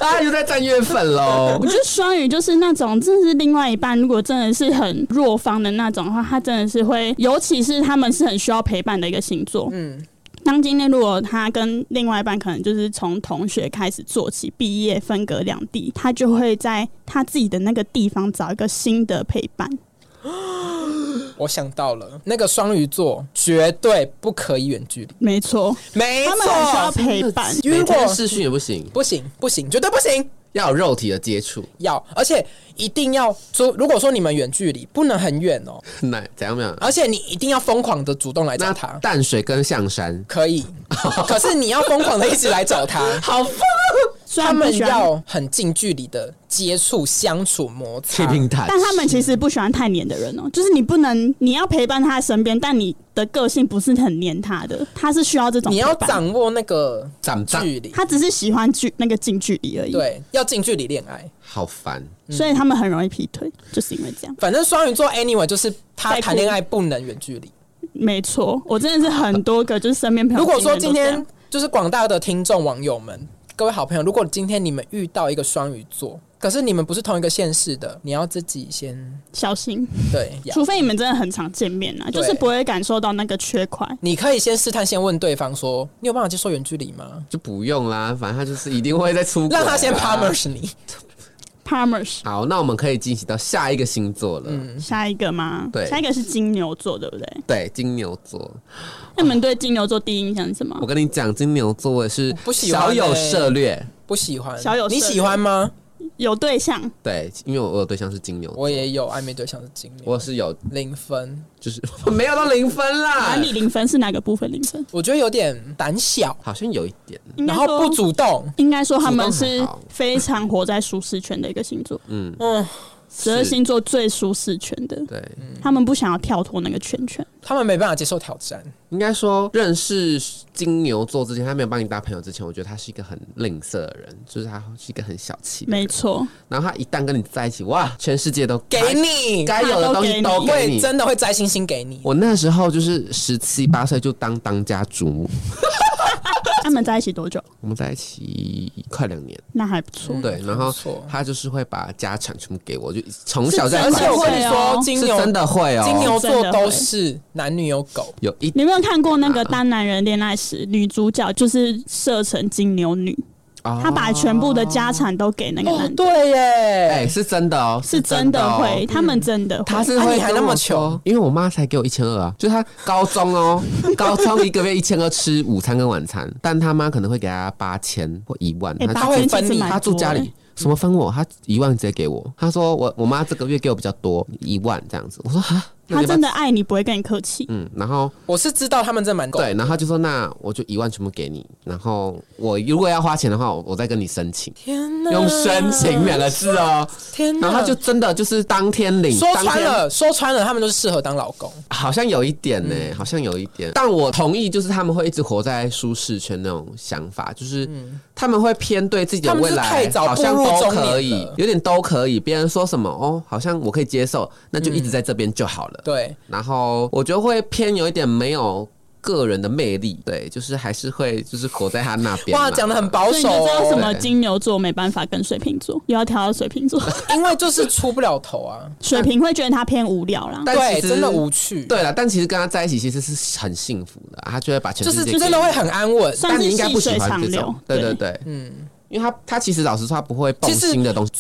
S1: 啊，又在占月份喽
S3: 我。觉得双鱼就是那种，真的是另外一半，如果真的是很弱方的那种的话，他真的是会，尤其是他们是很需要陪伴的一个星座。
S2: 嗯，
S3: 当今天如果他跟另外一半可能就是从同学开始做起，毕业分隔两地，他就会在他自己的那个地方找一个新的陪伴。
S2: 我想到了，那个双鱼座绝对不可以远距离，
S3: 没错，
S2: 没
S3: 他们很需要
S2: 错，
S3: 陪伴。
S2: 如果
S1: 每天视讯也不行，
S2: 不行不行，绝对不行。
S1: 要有肉体的接触，
S2: 要，而且一定要说，如果说你们远距离，不能很远哦，
S1: 那怎样怎样？
S2: 而且你一定要疯狂的主动来找
S1: 那
S2: 他，
S1: 淡水跟象山，
S2: 可以，可是你要疯狂的一直来找
S3: [LAUGHS]
S2: 他，
S1: 好疯！
S3: 虽
S2: 他
S3: 然不
S2: 们
S3: 喜欢
S2: 要很近距离的接触、相处、摩
S1: 气
S2: 擦。
S1: 平坦，
S3: 但他们其实不喜欢太黏的人哦、就是你不能，你要陪伴他身边，但你的个性不是很黏他的，他是需要这种
S2: 你要
S3: 陪伴，
S2: 掌握那个
S1: 长长
S2: 距离，
S3: 他只是喜欢距那个近距离而已，，
S2: 对，嗯要近距离恋爱。
S1: 好烦。
S3: 所以他们很容易劈腿，就是因为这样，
S2: 反正双鱼座 anyway 就是他
S3: 在
S2: 谈
S3: 乎
S2: 恋爱不能远距离。
S3: 没错，我真的是很多个就是身边朋友，
S2: 如果说今
S3: 嗯都这
S2: 天
S3: 样
S2: 就是广大的听众网友们，各位好朋友，如果今天你们遇到一个双鱼座，可是你们不是同一个县市的，你要自己先
S3: 小心，
S2: 对，要
S3: 除非你们真的很常见面啊，就是不会感受到那个缺块，
S2: 你可以先试探，先问对方说，你有办法接受远距离吗？
S1: 就不用啦，反正他就是一定会再出轨啊、
S2: 让他先 promise 你。
S3: Palmers，
S1: 好，那我们可以进行到下一个星座了。
S2: 嗯，
S3: 下一个吗？
S1: 对
S3: 下一个是金牛座，对不对？
S1: 对，金牛座，
S3: 那
S2: 嗯
S3: 你们对金牛座第一印象是什么
S1: 我？跟你讲，金牛座也是
S2: 不喜欢
S1: 小有
S2: 欸
S1: 涉略。
S2: 不喜欢。
S3: 小有
S2: 你
S3: 涉
S2: 喜
S3: 猎
S2: 欢吗？
S3: 有对象，
S1: 对，因为我有对象是金牛座，
S2: 我也有暧昧对象的经历，
S1: 我是有，
S2: 零分，
S1: 就是没有到零分啦
S3: 哪，里零分是哪个部分零分？
S2: 我觉得有点胆小，
S1: 好像有一点。
S3: 应该
S2: 然后
S3: 说
S2: 不主动。
S3: 应该说他们
S1: 主
S3: 是
S1: 动很好
S3: 非常活在舒适圈的一个星座，
S1: 嗯，
S2: 嗯，
S3: 十二星座最舒适圈的，
S1: 对，
S3: 他们不想要跳脱那个圈圈。
S2: 他们没办法接受挑战。
S1: 应该说认识金牛座之前，他没有帮你当朋友之前，我觉得他是一个很吝啬的人，就是他是一个很小气的人
S3: 没 [LAUGHS] 错，
S1: 然后他一旦跟你在一起，哇，全世界都
S2: 给
S1: 该
S2: 你，
S1: 该有的东西都哦给
S2: 会
S1: 你。
S2: 真的会摘星星给你。
S1: 我那时候就是十七八岁就当当家主母，
S3: 他们在一起多久？
S1: 我们在一起快两年，
S3: 那还不错。
S1: 对，然
S2: 不
S1: 后
S2: 错
S1: 他就是会把家产全部给我，就从小在
S2: 而
S3: 是真
S2: 且
S3: 的
S2: 我跟你说，
S3: 会哦
S2: 金
S1: 是
S2: 牛
S1: 真的会哦，
S2: 金牛
S3: 真
S2: 座
S3: 的
S2: 都
S3: 会
S2: 是男女有狗，
S1: 有一
S3: 你有没有看过那个《单男人恋爱史》？女主角就是设成金牛女，
S1: 哦
S3: 他把全部的家产都给那个
S2: 哦
S3: 男，的，
S2: 对耶，
S1: 哎，是真的哦，
S3: 是真的哎
S1: 哦
S3: 会，他们真的
S1: 他
S3: 会。
S1: 是
S2: 啊
S1: 会
S2: 你还那
S1: 跟我
S2: 么穷
S1: 说，因为我妈才给我一千二啊，就她高中
S3: [LAUGHS]
S1: 哦，高中一个月一千二吃午餐跟晚餐，但他妈可能会给她八千或一万，
S3: 哎，
S1: 她
S3: 八
S1: 住
S3: 千
S2: 会
S3: 其
S2: 分
S3: 实
S2: 你
S3: 蛮
S1: 她住
S3: 多
S1: 家
S3: 的
S1: 里。什么分我？她一万直接给我。她说我我妈这个月给我比较多，一万这样子。我说哈，那
S3: 他
S1: 你要不要
S3: 真的爱你，不会跟你客气。
S1: 嗯，然后
S2: 我是知道他们这蛮狗
S1: 对，然后她就说那我就一万全部给你，然后我如果要花钱的话，我我再跟你申请，
S2: 天哪，
S1: 用申请两个字哦。
S2: 天哪，
S1: 然后她就真的就是当天领，
S2: 说
S1: 当
S2: 穿
S1: 天
S2: 了，说穿了，他们就是适合当老公。
S1: 好像有一点呢、
S2: 嗯
S1: 好像有一点。但我同意，就是他们会一直活在舒适圈那种想法，就是他们会偏对自己的
S2: 嗯他们
S1: 未
S2: 是
S1: 来，
S2: 太早
S1: 好像
S2: 步入
S1: 都
S2: 中年
S1: 可以
S2: 了，
S1: 有点都可以。别人说什么哦，好像我可以接受，那就一直在这边就好了。
S2: 对，
S1: 然后我觉得会偏有一点没有。个人的魅力，对，就是还是会就是活在他那边嘛。
S2: 哇，讲的很保
S3: 所以你
S2: 守、
S3: 就知道什
S2: 哦，
S3: 么金牛座没办法跟水瓶座，又要挑到水瓶座，
S2: 因为就是出不了头啊，
S3: 水瓶会觉得他偏无聊啦。
S1: 但
S2: 对，
S1: 其实
S2: 真的无趣，，
S1: 对了，但其实跟他在一起其实是很幸福的啊，他就会把全
S2: 就
S1: 世
S2: 是
S1: 界
S2: 真的
S1: 给
S2: 会
S1: 你
S2: 很安稳。
S3: 算
S1: 但你
S3: 是
S1: 应该
S3: 细
S1: 不喜
S3: 水
S1: 欢
S3: 长
S1: 这
S3: 流
S1: 种，。对对，对，嗯，因为他他其实老实说他不会蹦
S2: 其实
S1: 新的东西，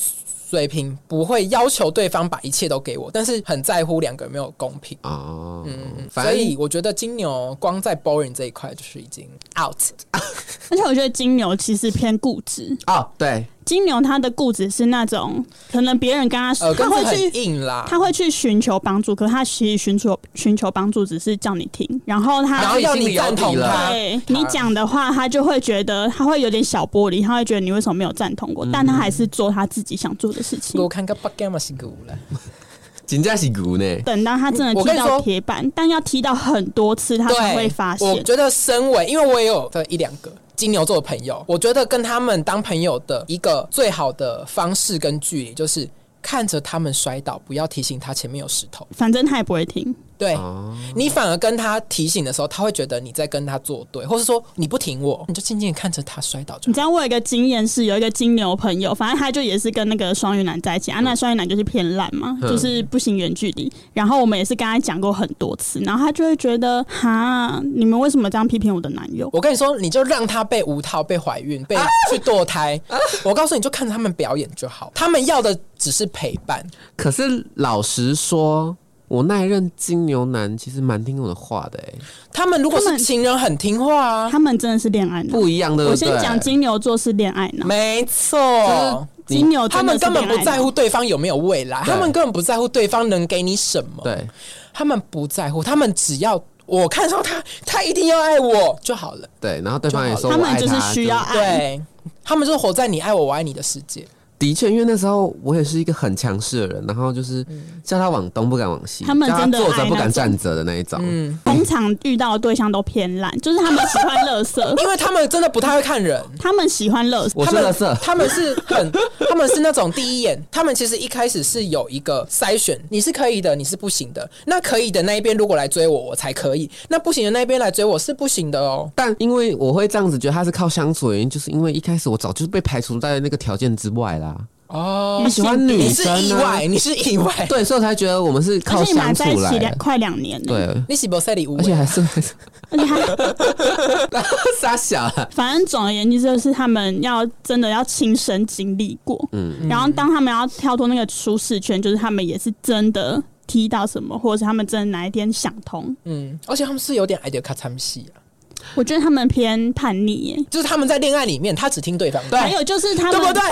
S2: 水瓶不会要求对方把一切都给我，但是很在乎两个人有没有公平。
S1: 哦，嗯，反
S2: 所
S1: 正
S2: 以我觉得金牛光在 boring 这一块就是已经 out，
S3: 而且我觉得金牛其实偏固执，
S1: 哦，对，
S3: 金牛他的固执是那种可能别人跟他说
S2: 耳
S3: 他
S2: 根子
S3: 会
S2: 呃很
S3: 去。
S2: 硬啦，
S3: 他会去寻求帮助，可是他其实寻求寻求帮助只是叫你听，然后他
S2: 然后要你赞同他，
S3: 对
S2: 他
S3: 你讲的话，他就会觉得他会有点小玻璃，他会觉得你为什么没有赞同我？但他还是做他自己想做的事情
S2: 嗯我。看个 bug 嘛是个了，
S1: 金价是股呢，
S3: 等到他真的
S2: 我
S3: 踢
S2: 跟你
S3: 到
S2: 说
S3: 铁板，但要踢到很多次，他才会发
S2: 我
S3: 现。
S2: 觉得身为，因为我也有这一两个金牛座的朋友，我觉得跟他们当朋友的一个最好的方式跟距离，就是看着他们摔倒，不要提醒他前面有石头。
S3: 反正他也不会听，
S2: 对、
S1: 哦，
S2: 你反而跟他提醒的时候，他会觉得你在跟他作对，或是说你不挺我，你就静静地看着他摔倒就
S3: 你
S2: 好。
S3: 知道我有一个经验是，有一个金牛朋友，反正他就也是跟那个双鱼男在一起啊，那双鱼男就是偏烂嘛，
S1: 嗯
S3: 就是不行远距离。然后我们也是跟他讲过很多次，然后他就会觉得哈，你们为什么这样批评我的男友？
S2: 我跟你说，你就让他被无套、被怀
S3: 啊
S2: 孕、被去堕胎。我告诉你，就看着他们表演就好。他们要的只是陪伴。
S1: 可是老实说，我那一任金牛男其实蛮听我的话的，哎，
S2: 他们如果
S3: 他
S2: 是
S3: 们
S2: 情人，很听话啊。
S3: 他们真的是恋爱脑。
S1: 不一样的，
S3: 我先讲金牛座是恋爱脑，
S2: 没错，
S1: 你
S3: 金牛
S2: 他
S3: 哦真的
S2: 们
S3: 是
S2: 根本
S3: 恋
S2: 不
S3: 爱脑
S2: 在乎对方有没有未来，
S1: 对
S2: 他们根本不在乎对方能给你什么，
S1: 对，
S2: 他们不在乎，他们只要我看上他，他一定要爱我就好了。
S1: 对，然后对方也说
S3: 他
S1: 我爱啊
S3: 们就是需要，爱。
S2: 对，他们就是活在你爱我，我爱你的世界。
S1: 的确，因为那时候我也是一个很强势的人，然后就是叫他往东不敢往西，
S3: 他们
S1: 叫
S3: 真的
S1: 坐着
S3: 爱
S1: 不敢
S3: 那种
S1: 站着的那一种，
S2: 嗯，
S3: 通常遇到的对象都偏烂，就是他们喜欢乐
S2: [LAUGHS]
S3: 色，
S2: 因为他们真的不太会看人，
S3: 他们喜欢乐色。
S1: 我
S2: 他
S1: 是
S2: 们
S1: 乐色，
S2: 他
S1: [LAUGHS]
S2: 们是很，他们是那种第一眼，他们其实一开始是有一个筛选，你是可以的，你是不行的。那可以的那一边如果来追我，我才可以；那不行的那一边来追我是不行的哦。
S1: 但因为我会这样子觉得他是靠相处的原因，就是因为一开始我早就被排除在那个条件之外啦。
S2: 哦
S1: 他喜欢女
S2: 你是
S1: 生、啊，
S2: 意外，你是意
S1: [LAUGHS]
S2: 外，
S1: 对，所以我才觉得我们是靠
S3: 而且你们
S1: 相
S3: 还
S1: 处
S3: 在
S1: 来
S3: 一起两
S1: 的，
S3: 快两年了，
S1: 对，
S2: 你是不是礼物
S1: 而？且还是还是
S3: 而且还
S1: [LAUGHS] 傻小啊了，
S3: 反正总而言之，就是他们要真的要亲身经历过，
S1: 嗯
S3: 嗯，然后当他们要跳脱那个舒适圈，就是他们也是真的踢到什么，或者是他们真的哪一天想通。
S2: 嗯，而且他们是有点爱的卡参戏啊，
S3: 我觉得他们偏叛逆耶。
S2: 就是他们在恋爱里面，他只听对方的，
S3: 还有就是他
S2: 对
S3: 们，
S2: 不对？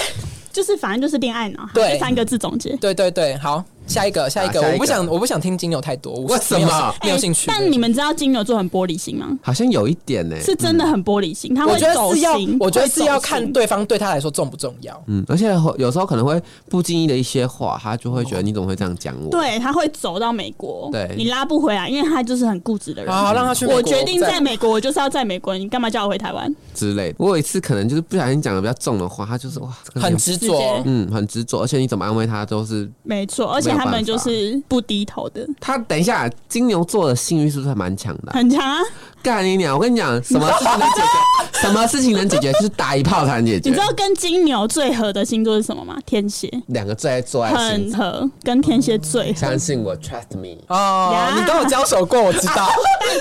S3: 就是反正就是恋爱脑，
S2: 对
S3: 就三个字总结。
S2: 对对对，好，下一个，下一个，
S1: 好下一个
S2: 我不想，我不想听金牛太多，我
S1: 为什么
S2: 没有
S3: 哎
S2: 兴趣？
S3: 但你们知道金牛座很玻璃心吗？
S1: 好像有一点呢、
S3: 是真的很玻璃心，他
S2: 嗯我
S3: 会
S2: 觉得
S3: 走
S2: 是要
S3: 心，
S2: 我觉得
S3: 会
S2: 是要
S3: 走
S2: 看
S3: 心。
S2: 对方对他来说重不重要。
S1: 嗯，而且有时候可能会不经意的一些话，他就会觉得你怎么会这样讲我？，
S3: 对，他会走到美国，
S1: 对
S3: 你拉不回来，因为他就是很固执的人。
S2: 好，让他去美国。
S3: 我决定
S2: 不在
S3: 在美国，我就是要在美国，你干嘛叫我回台湾？
S1: 之类的。我有一次可能就是不小心讲的比较重的话，他就是哇，这个
S2: 很
S1: 人
S2: 执
S3: 直
S2: 着
S3: 接，
S1: 嗯很执着，而且你怎么安慰他都是
S3: 没错，而
S1: 有
S3: 且且
S1: 办
S3: 他
S1: 法
S3: 们就是不低头的，
S1: 他等一下，金牛座的性欲是不是还蛮强的啊、
S3: 很强啊！
S1: 干你娘！我跟你讲，什么事情能解决？ [LAUGHS] 什么事情能解决？就是打一炮才能解决。
S3: 你知道跟金牛最合的星座是什么吗？天蝎，
S1: 两个最爱做爱的星
S3: 很
S1: 座，
S3: 合，跟天蝎最合。
S1: 相信我，trust me。
S2: 哦
S3: 呀，
S2: 你跟我交手过，我知道。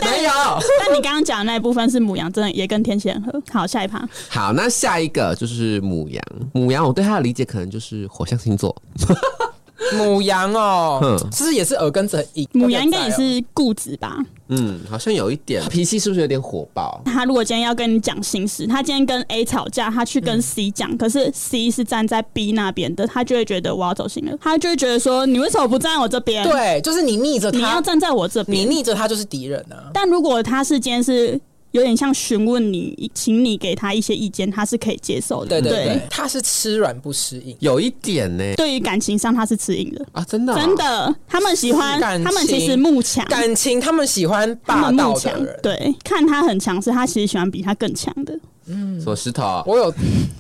S2: 没有，
S3: [LAUGHS] 但你刚刚讲的那一部分是母羊，真的也跟天蝎很合。好，下一趴，
S1: 好，那下一个就是母羊。母羊，我对他的理解可能就是火象星座。
S2: 母羊哦
S1: 嗯，
S2: 是不是也是耳根子很硬？
S3: 母羊应该也
S2: 有点
S3: 是固执吧？
S1: 嗯，好像有一点脾气，是不是有点火爆？
S3: 他如果今天要跟你讲心事，他今天跟 A 吵架，他去跟 C 讲，可是 C 是站在 B 那边的，他就会觉得我要走心了，他就会觉得说你为什么不站我这边？
S2: 在哦。，对，就是你逆着
S3: 你要
S2: 他，
S3: 站在我这
S2: 你
S3: 边。
S2: 逆着他就是敌人啊。
S3: 但如果他是今天是有点像询问你，请你给他一些意见，他是可以接受
S2: 对
S3: 的。
S2: 对对，他是吃软不吃硬。
S1: 有一点呢、
S3: 对于感情上他是吃硬的，
S1: 啊，真的、
S3: 真。的，他们喜欢
S2: 感，情
S3: 他们其实慕强。
S2: 感情他们喜欢
S3: 他
S2: 霸
S3: 们
S2: 道
S3: 慕
S2: 的
S3: 强
S2: 人，，
S3: 对，看他很强势，他其实喜欢比他更强的。
S1: 什么石头啊？
S3: 嗯
S2: 我有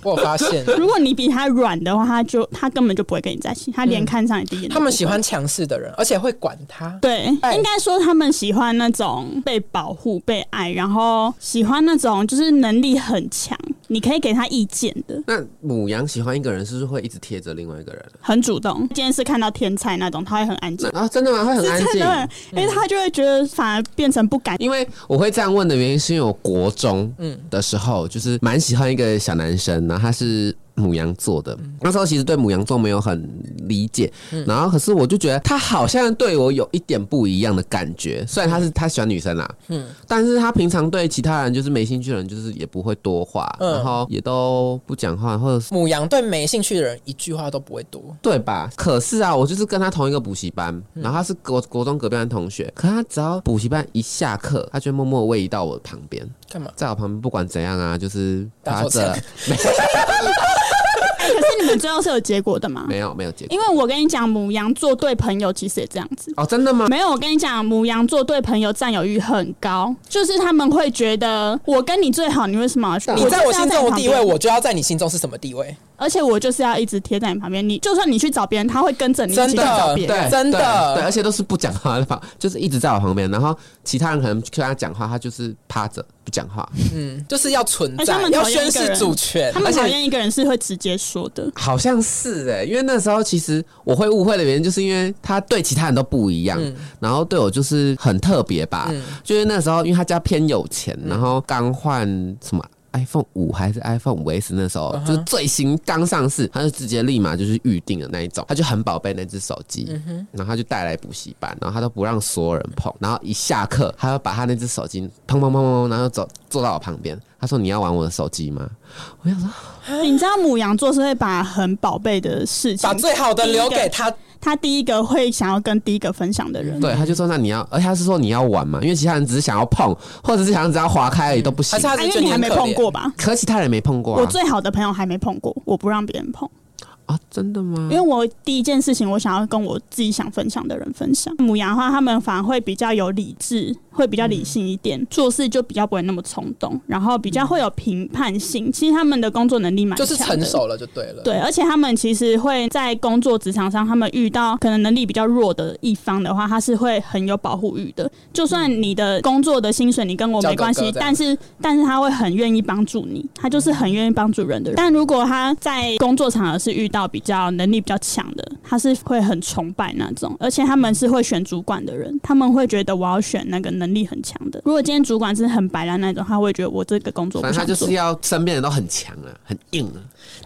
S2: 我有发现，
S3: 如果你比他软的话，他就他根本就不会跟你在一起，他连看上你第一眼
S2: 嗯
S3: 都不会。
S2: 他们喜欢强势的人，而且会管他。
S3: 对，
S2: 哎
S3: 应该说他们喜欢那种被保护、被爱，然后喜欢那种就是能力很强，你可以给他意见的，
S1: 那母羊喜欢一个人，是不是会一直贴着另外一个人？
S3: 很主动。今天是看到天才那种，他会很安
S1: 那
S3: 静，
S1: 啊，真的吗？会很
S3: 是
S1: 安
S3: [LAUGHS] 真
S1: 静
S3: 的。很，因为他就会觉得反而变成不
S2: [LAUGHS]
S3: 敢。
S1: 因为我会这样问的原因，是因为我国中
S2: 嗯
S1: 的时候，就是蛮喜欢一个小男生，然后他是母羊座的，
S2: 嗯
S1: 那时候其实对母羊座没有很理解，然后可是我就觉得他好像对我有一点不一样的感觉，虽然他是他喜欢女生啦，嗯，但是他平常对其他人就是没兴趣的人，就是也不会多话，
S2: 嗯
S1: 然后也都不讲话，或者是。
S2: 母羊对没兴趣的人一句话都不会多，
S1: 对吧？可是啊，我就是跟他同一个补习班，
S2: 嗯
S1: 然后他是国国中隔壁班同学，可他只要补习班一下课，他就默默位移到我旁边，
S2: 干嘛？
S1: 在我旁边，不管怎样啊，就是趴
S2: 打手
S1: 着，
S3: 可是你们最后是有结果的吗？
S1: 没有没有结果。
S3: 因为我跟你讲，母羊座对朋友其实也这样子。
S1: 哦，真的
S2: [LAUGHS]
S1: 吗？
S3: 没有，我跟你讲，母羊座对朋友占有欲很高，就是他们会觉得我跟你最好，你为什么要去？
S2: 你在我
S3: 就是要
S2: 心中的地
S3: 旁
S2: 位，
S3: 边
S2: 我就要在你心中是什么地位？
S3: 而且我就是要一直贴在你旁边，你就算你去找别人，他会跟着你一起
S2: 真
S3: 去
S2: 的
S3: 找别人。
S1: 对，
S2: 真的
S1: 对对，而且都是不讲话的吧，就是一直在我旁边，然后其他人可能跟他讲话，他就是趴着不讲话，
S2: 嗯，就是要存
S3: 哎而且他
S2: 在，
S3: 们
S2: 要
S3: 讨厌
S2: 宣
S3: 一个人
S2: 示主权
S3: 他。们
S1: 而且
S3: 讨厌一个人是会直接说的，
S1: 好像是哎、因为那时候其实我会误会的原因，就是因为他对其他人都不一样，
S2: 嗯
S1: 然后对我就是很特别吧，
S2: 嗯
S1: 就是那时候因为他家偏有钱，然后刚换什么。iPhone 五还是 iPhone 五 S 那时候、
S2: 嗯哼
S1: 就是最新刚上市，他就直接立马就是预定的那一种，他就很宝贝那只手机，
S2: 嗯
S1: 然后他就带来补习班，然后他都不让所有人碰，然后一下课，他要把他那只手机砰砰砰砰砰，然后走坐到我旁边，他说你要玩我的手机吗？
S3: 你知道母羊座是会把很宝贝的事情
S2: 把，最好的留给他，
S3: 他第一个会想要跟第一个分享的人。
S1: 对，他就说那你要，而且他是说你要玩嘛，因为其他人只是想要碰，或者是想要只要划开而已都不行
S2: 还是。他
S3: 啊，
S2: 是
S3: 因
S2: 觉得
S3: 为你
S2: 你
S3: 还
S2: 很
S3: 没
S2: 可
S3: 碰
S2: 怜？
S3: 过吧？
S1: 可其他人没碰过啊
S3: 我最好的朋友还没碰过，我不让别人碰，
S1: 啊，真的吗
S2: 嗯
S3: 因？为我第一件事情我想要跟我自己想分享的人分享。母羊的话，他们反而会比较有理智，会比较理性一
S2: 嗯
S3: 点，做事就比较不会那么冲动，然后比较会有评判性。其实他们的工作能力蛮
S2: 就是
S3: 强
S2: 成
S3: 啊的
S2: 熟了就对了。
S3: 对，而且他们其实会在工作职场上，他们遇到可能能力比较弱的一方的话，他是会很有保护欲的。就算你的工作的薪水你跟我没关
S1: 嗯
S2: 叫哥哥，
S3: 系
S2: 这样
S3: 但是但是他会很愿意帮助你，他就是很愿意帮助人的人。但如果他在工作场合是遇到比较能力比较强的，他是会很崇拜那种，而且他们是会选主管的人，他们会觉得我要选那个能力很强的。如果今天主管是很白烂那种，他会觉得我这个工作
S1: 反
S3: 不
S1: 正他
S3: 想
S1: 就
S3: 做
S1: 是。要身边人都很强啊，很硬啊。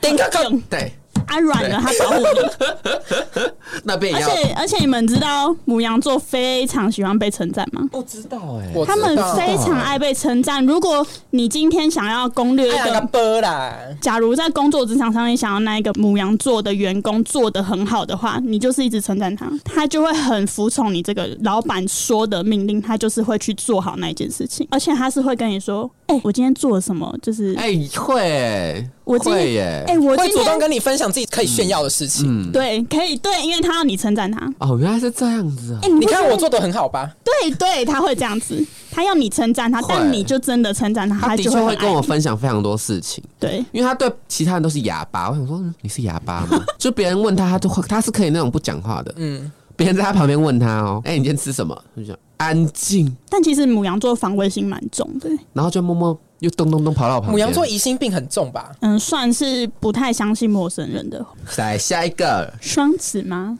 S2: 丁克克，
S1: 对，
S3: 啊软了，他保护你。
S1: 那边也
S3: 而
S1: 要。
S3: 且而且你们知道母羊座非常喜欢被称赞吗？
S1: 不知道哎、
S2: 我
S3: 他们非常爱被称赞。如果你今天想要攻略一
S2: 哎呀，个
S3: 个，
S2: 波啦，
S3: 假如在工作职场上面想要那一个母羊座的员工做得很好的话，你就是一直称赞他，他就会很服从你这个老板说的命令，他就是会去做好那一件事情，而且他是会跟你说：“哎、我今天做了什么？就是
S1: 哎、会、
S3: 我今
S1: 会
S3: 天，
S1: 耶、
S3: 哎、我
S2: 会
S3: 今
S2: 主
S3: 天
S2: 动跟你分享自己可以炫耀的事情。
S1: 嗯，
S3: 对，可以对，因为他要你称赞他。
S1: 哦，原来是这样子啊
S3: 哎、！你
S2: 你
S3: 不
S2: 看
S3: 觉得
S2: 我做的很好吧？
S3: 对对，他会这样子，他要你称赞他，
S1: 会
S3: 但你就真的称赞他，
S1: 他的
S3: 就
S1: 确
S3: 会
S1: 会
S3: 很
S1: 跟
S3: 爱
S1: 我
S3: 你
S1: 分享非常多事情，
S3: 对
S1: 因为他对其他人都是哑巴。我想说，嗯你是哑巴
S3: [LAUGHS]
S1: 吗？就别人问他，他都会，他是可以那种不讲话的。
S2: 嗯，
S1: 别人在他旁边问他哦，哎、你今天吃什么？他就讲安静，
S3: 但其实母羊座防卫心蛮重的，
S1: 然后就默默又咚咚咚跑到我旁边。
S2: 母羊座疑心病很重吧？
S3: 嗯，算是不太相信陌生人的
S1: 来下一个
S3: 双子吗？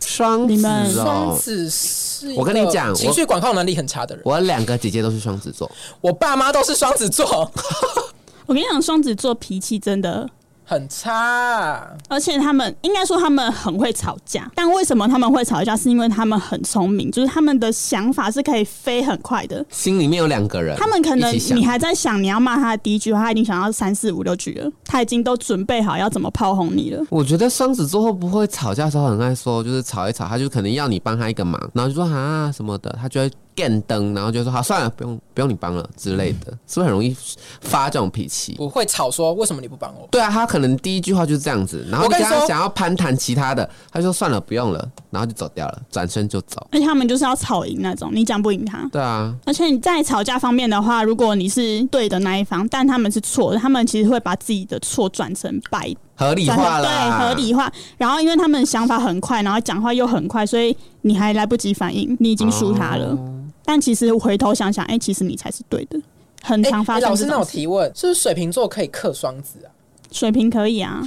S1: 双
S3: 你
S1: 子
S3: 们
S2: 双
S1: 哦，
S2: 子是一个
S1: 我跟你讲我
S2: 情绪管控能力很差的人。
S1: 我两个姐姐都是双子座，
S2: 我爸妈都是双子座， [LAUGHS]
S3: 我跟你讲，双子座脾气真的，
S2: 很差。
S3: 而且他们应该说他们很会吵架，但为什么他们会吵架？是因为他们很聪明，就是他们的想法是可以飞很快的。
S1: 心里面有两个人，
S3: 他们可能
S1: 一起想
S3: 你还在想你要骂他的第一句话，他已经想到三四五六句了，他已经都准备好要怎么炮轰你了。
S1: 我觉得双子座会不会吵架的时候很爱说，就是吵一吵，他就可能要你帮他一个忙，然后就说啊什么的，他就会电灯，然后就说好算了，不用不用你帮了之类的，
S3: 嗯
S1: 是不是很容易发这种脾气？
S2: 我会吵说为什么你不帮我？
S1: 对啊，他可能第一句话就是这样子，然后
S2: 我跟你
S1: 跟他
S2: 说
S3: [LAUGHS]
S1: 想要攀谈其他的，他就说算了，不用了，然后就走掉了，转身就走。
S3: 而且他们就是要吵赢那种，你讲不赢他。
S1: 对啊，
S3: 而且你在吵架方面的话，如果你是对的那一方，但他们是错的，他们其实会把自己的错转成白
S1: 合理
S3: 转
S1: 化
S3: 成
S1: 啦，
S3: 对合。理化。然后因为他们想法很快，然后讲话又很快，所以你还来不及反应，你已经输他了。
S2: 哦
S3: 但其实回头想想，哎、其实你才是对的。很
S2: 哎、
S3: 常发
S2: 哎
S3: 生、这
S2: 老师，那
S3: 种
S2: 我
S3: 事
S2: 提问，是不是水瓶座可以克双子啊？
S3: 水瓶可以啊，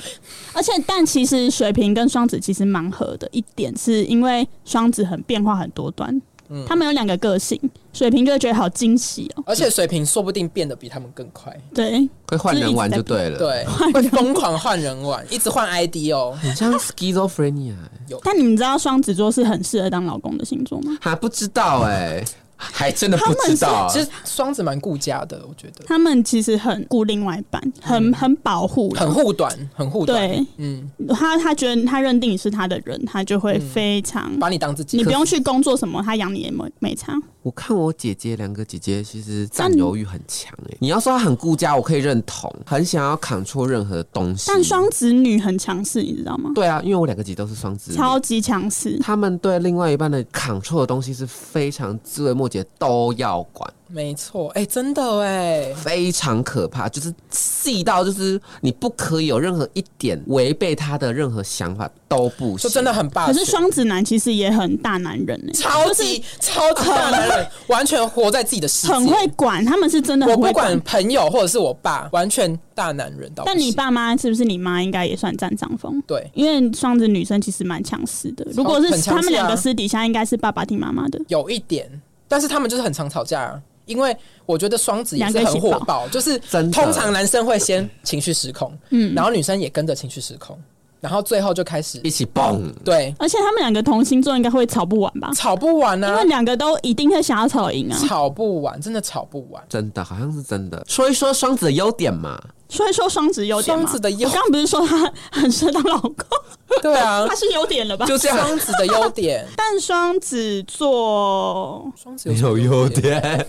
S3: 而且但其实水瓶跟双子其实蛮合的一点，是因为双子很变化很多端，
S2: 嗯
S3: 他们有两个个性，水瓶就会觉得好惊喜哦，
S2: 而且水瓶说不定变得比他们更快，
S3: 对，
S1: 会换人玩就对了，，
S2: 对， [LAUGHS] 会疯狂换人玩，一直换 ID 哦。
S1: 很像 schizophrenia，欸
S3: 但你们知道双子座是很适合当老公的星座吗？
S1: 还不知道哎、还真的不知道，啊
S2: 其实双子蛮顾家的，我觉得
S3: 他们其实很顾另外一半，很很保护
S2: 嗯
S3: 啦，
S2: 很护短，很护短。
S3: 对
S2: 嗯，
S3: 他，他觉得他认定你是他的人，他就会非常，
S2: 把你当自己。
S3: 你不用去工作什么，他养你也没没差。
S1: 我看我姐姐两个姐姐其实占有欲很强哎、你要说她很顾家，我可以认同，很想要扛错任何东西。
S3: 但双子女很强势，你知道吗？
S1: 对啊，因为我两个姐都是双子女，
S3: 超级强势，
S1: 他们对另外一半的扛错的东西是非常枝微末节都要管，
S2: 没错，哎、真的哎，
S1: 非常可怕，就是细到就是你不可以有任何一点违背他的任何想法都不
S2: 就
S1: 行，
S2: 真的很霸
S3: 可
S2: 权。
S3: 是双子男其实也很大男人欸呢、
S2: 超级、超级大男
S3: [LAUGHS]
S2: 人，完全活在自己的世界。
S3: 很会管，他们是真的
S2: 我
S3: 很会
S2: 不管。朋友或者是我爸，完全大男人到不行。
S3: 但你爸妈是不是你妈应该也算占上风？
S2: 对
S3: 因为双子女生其实蛮强势的，如果
S2: 很
S3: 是
S2: 强势啊
S3: 他们两个私底下，应该是爸爸听妈妈的。
S2: 有一点，但是他们就是很常吵架、啊。因为我觉得双子也是很火
S3: 两个一起
S2: 爆，就是
S1: 真的
S2: 通常男生会先情绪失控，嗯，然后女生也跟着情绪失控，然后最后就开始
S1: 一起蹦。
S2: 对
S3: 而且他们两个同星座，应该会吵不完吧？
S2: 吵不完
S3: 因
S2: 啊
S3: 为，两个都一定会想要吵赢啊。
S2: 吵不完，真的吵不完。
S1: 真的好像是真的，说一说双子的优点嘛，
S3: 所以说双子优点吗，
S2: 双子的优
S3: 我刚刚不是说他很适合当老公，
S2: [LAUGHS] 对啊
S3: 他，是优点了吧？
S2: 就双子的优点，
S3: 但双子座，
S2: 双子
S1: 没
S2: 什么
S1: 有优。点。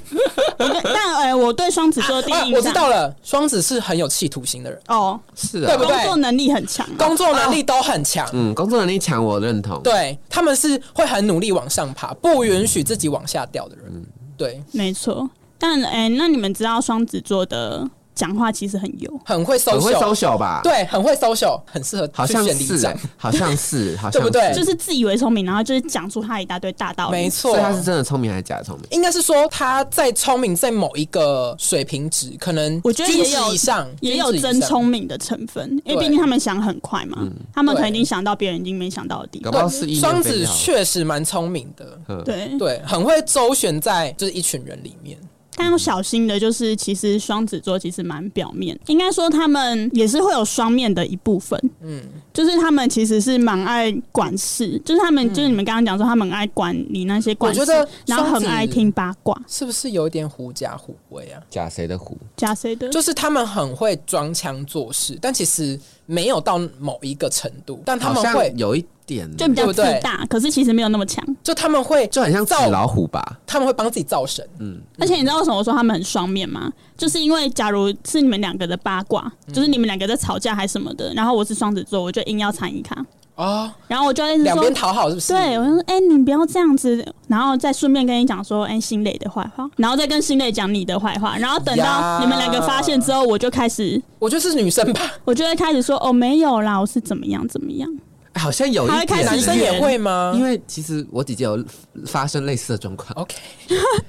S3: 但哎、我对双子座的第
S2: 啊
S3: 一印象、
S2: 我知道了，双子是很有企图心的人，
S3: 哦，
S1: 是
S2: 对
S1: 啊
S2: 不，对
S3: 工作能力很强、啊，
S2: 工作能力都很强。
S1: 嗯，工作能力强，我认同。
S2: 对，啊他们是会很努力往上爬，不允许自己往下掉的人。
S1: 嗯
S2: 对，
S3: 没错。但哎、那你们知道双子座的讲话其实很油，
S2: 很会
S1: 很会
S2: social，
S1: social 吧？，
S2: 对，很会 social，很适合
S1: 好
S2: 去
S1: 像
S2: 选里
S1: 是
S2: 长
S1: 欸，好像
S2: [LAUGHS]
S1: 是，好像
S2: 对不对
S3: 就是自以为聪明，然后就是讲出他一大堆大道理。
S2: 没
S1: 欸所
S2: 错
S1: 以。他是真的聪明还是假的聪明？
S2: 应该是说他在聪明，在某一个水平值，可能
S3: 我觉得
S2: 均
S3: 也
S2: 值
S3: 有
S2: 以上，
S3: 也
S2: 均
S3: 有
S2: 值以
S3: 真
S2: 上
S3: 聪明的成分，
S2: 对
S3: 因为
S2: 嗯
S3: 毕竟他们想很快嘛，他们可能已
S2: 对
S3: 经想到别人已经没想到的地
S1: 搞
S3: 方。
S1: 不好是意念
S2: 对，双
S1: 非
S2: 子
S1: 常好
S2: 确实蛮聪明的，
S1: 嗯，
S3: 对，
S2: 对，很会周旋在就是一群人里面。
S3: 但要小心的就是，其实双子座其实蛮表面，应该说他们也是会有双面的一部分。嗯，就是他们其实是蛮爱管事，就是他们、就是你们刚刚讲说他们很爱管你那些管
S2: 嗯
S3: 事，
S2: 我觉得
S3: 然后很爱听八卦，
S2: 是不是有一点狐假虎威啊？
S1: 假谁的虎？
S3: 加谁的？
S2: 就是他们很会装腔作势，但其实没有到某一个程度，但他
S1: 好
S2: 们
S1: 像
S2: 会
S1: 有一点，
S3: 就比较
S2: 对不
S3: 自
S2: 对嗯
S3: 大，可是其实没有那么强。
S2: 就他们会
S1: 就很像纸
S2: 造
S1: 老虎吧？
S2: 他们会帮自己造神，
S1: 嗯
S3: 而且你知道为什么我说他们很双面吗？就是因为假如是你们两个的八卦，
S2: 嗯
S3: 就是你们两个在吵架还什么的，然后我是双子座，我就硬要参与他，
S2: 哦，
S3: 然后我就会一直
S2: 两
S3: 说
S2: 边。讨好是不是？
S3: 对，我就说，哎、你不要这样子，然后再顺便跟你讲说，哎、新磊的坏话，然后再跟新磊讲你的坏话，然后等
S2: 呀
S3: 到你们两个发现之后，我就开始，
S2: 我觉得是女生吧，
S3: 我就会开始说，哦，没有啦，我是怎么样怎么样，
S1: 哎好像有
S3: 他
S1: 一
S3: 会开
S1: 点
S3: 始
S1: 欸，
S2: 男生也会吗？
S1: 因为其实我姐姐有发生类似的状况，
S2: OK，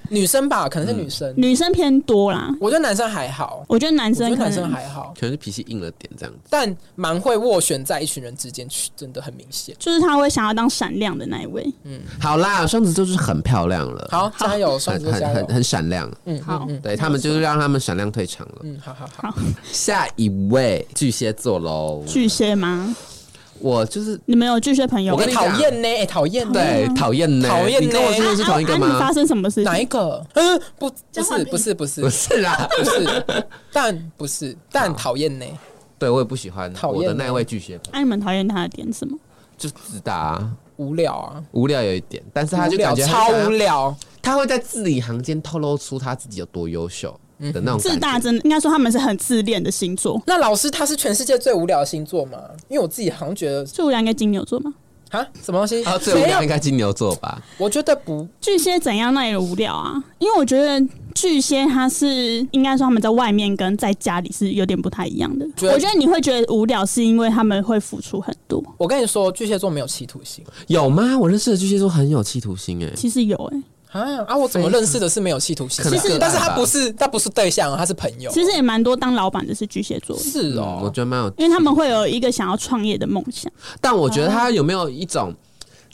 S2: 女生吧，可能是女生。
S3: 女生偏多啦，
S2: 我觉得男生还好，
S3: 我觉得男
S2: 我觉
S3: 生
S2: 得
S3: 可
S2: 男生
S3: 能
S2: 还好，
S1: 可能是脾气硬了点这样子。
S2: 但蛮会斡旋在一群人之间去，真的很明显。
S3: 就是他会想要当闪亮的那一位。
S2: 嗯
S1: 好啦，双子座就是很漂亮了，
S2: 好，加油，双
S1: 很
S2: 子座加
S1: 很
S2: 油
S1: 很。很闪亮，
S2: 嗯，
S3: 好
S2: 嗯嗯
S1: 对他们就是让他们闪亮退场了。
S2: 嗯，好好好。
S1: 下一位巨蟹座喽，
S3: 巨蟹吗？
S1: 我就是
S3: 你们有巨蟹朋友
S1: 我
S3: 吗？
S1: 跟
S2: 哎
S1: 你
S2: 讨
S1: 讲
S2: 厌呢，哎，讨厌呢。
S1: 对讨厌呢，
S2: 讨厌
S1: 你跟我
S2: 呢
S1: 真的是同一个
S3: 啊啊啊你
S1: 吗
S3: 发？生什么事情
S2: 哪？一个？嗯，不，不
S3: 交换
S2: 是，
S3: 屏
S2: 不是，不是，
S1: 不是啦，
S2: 不是，但不是，但讨厌呢。
S1: 对我也不喜欢
S2: 讨厌
S1: 我的
S2: 呢
S1: 那位巨蟹，
S3: 啊那、你们讨厌他的点是什么？
S1: 就自大啊
S2: 无聊啊，
S1: 无聊有一点，但是他就
S2: 无聊
S1: 感觉他
S2: 超无聊。
S1: 啊他会在字里行间透露出他自己有多优秀
S2: 嗯
S1: 的那种
S3: 自大
S1: 感觉。
S3: 真的应该说他们是很自恋的星座。
S2: 那老师他是全世界最无聊的星座吗？因为我自己好像觉得
S3: 最无聊应该金牛座吗？
S2: 啊，什么东西？
S1: 啊，最无
S2: 没有
S1: 聊应该金牛座吧？
S2: 我觉得不
S3: 巨蟹怎样那也无聊啊，因为我觉得巨蟹他是应该说他们在外面跟在家里是有点不太一样的。
S2: 觉得
S3: 我觉得你会觉得无聊，是因为他们会付出很多。
S2: 我跟你说，巨蟹座没有企图心
S1: 有吗？我认识的巨蟹座很有企图心欸诶、
S3: 其实有哎、
S2: 啊啊！我怎么认识的是没有企图心？
S1: 可能个案吧
S2: 但是他不是，他不是对象啊，他是朋友。
S3: 其实也蛮多当老板的是巨蟹座的，
S2: 是
S1: 嗯我
S2: 哦，
S1: 觉得蛮有，
S3: 因为他们会有一个想要创业的梦想。
S1: 但我觉得他有没有一种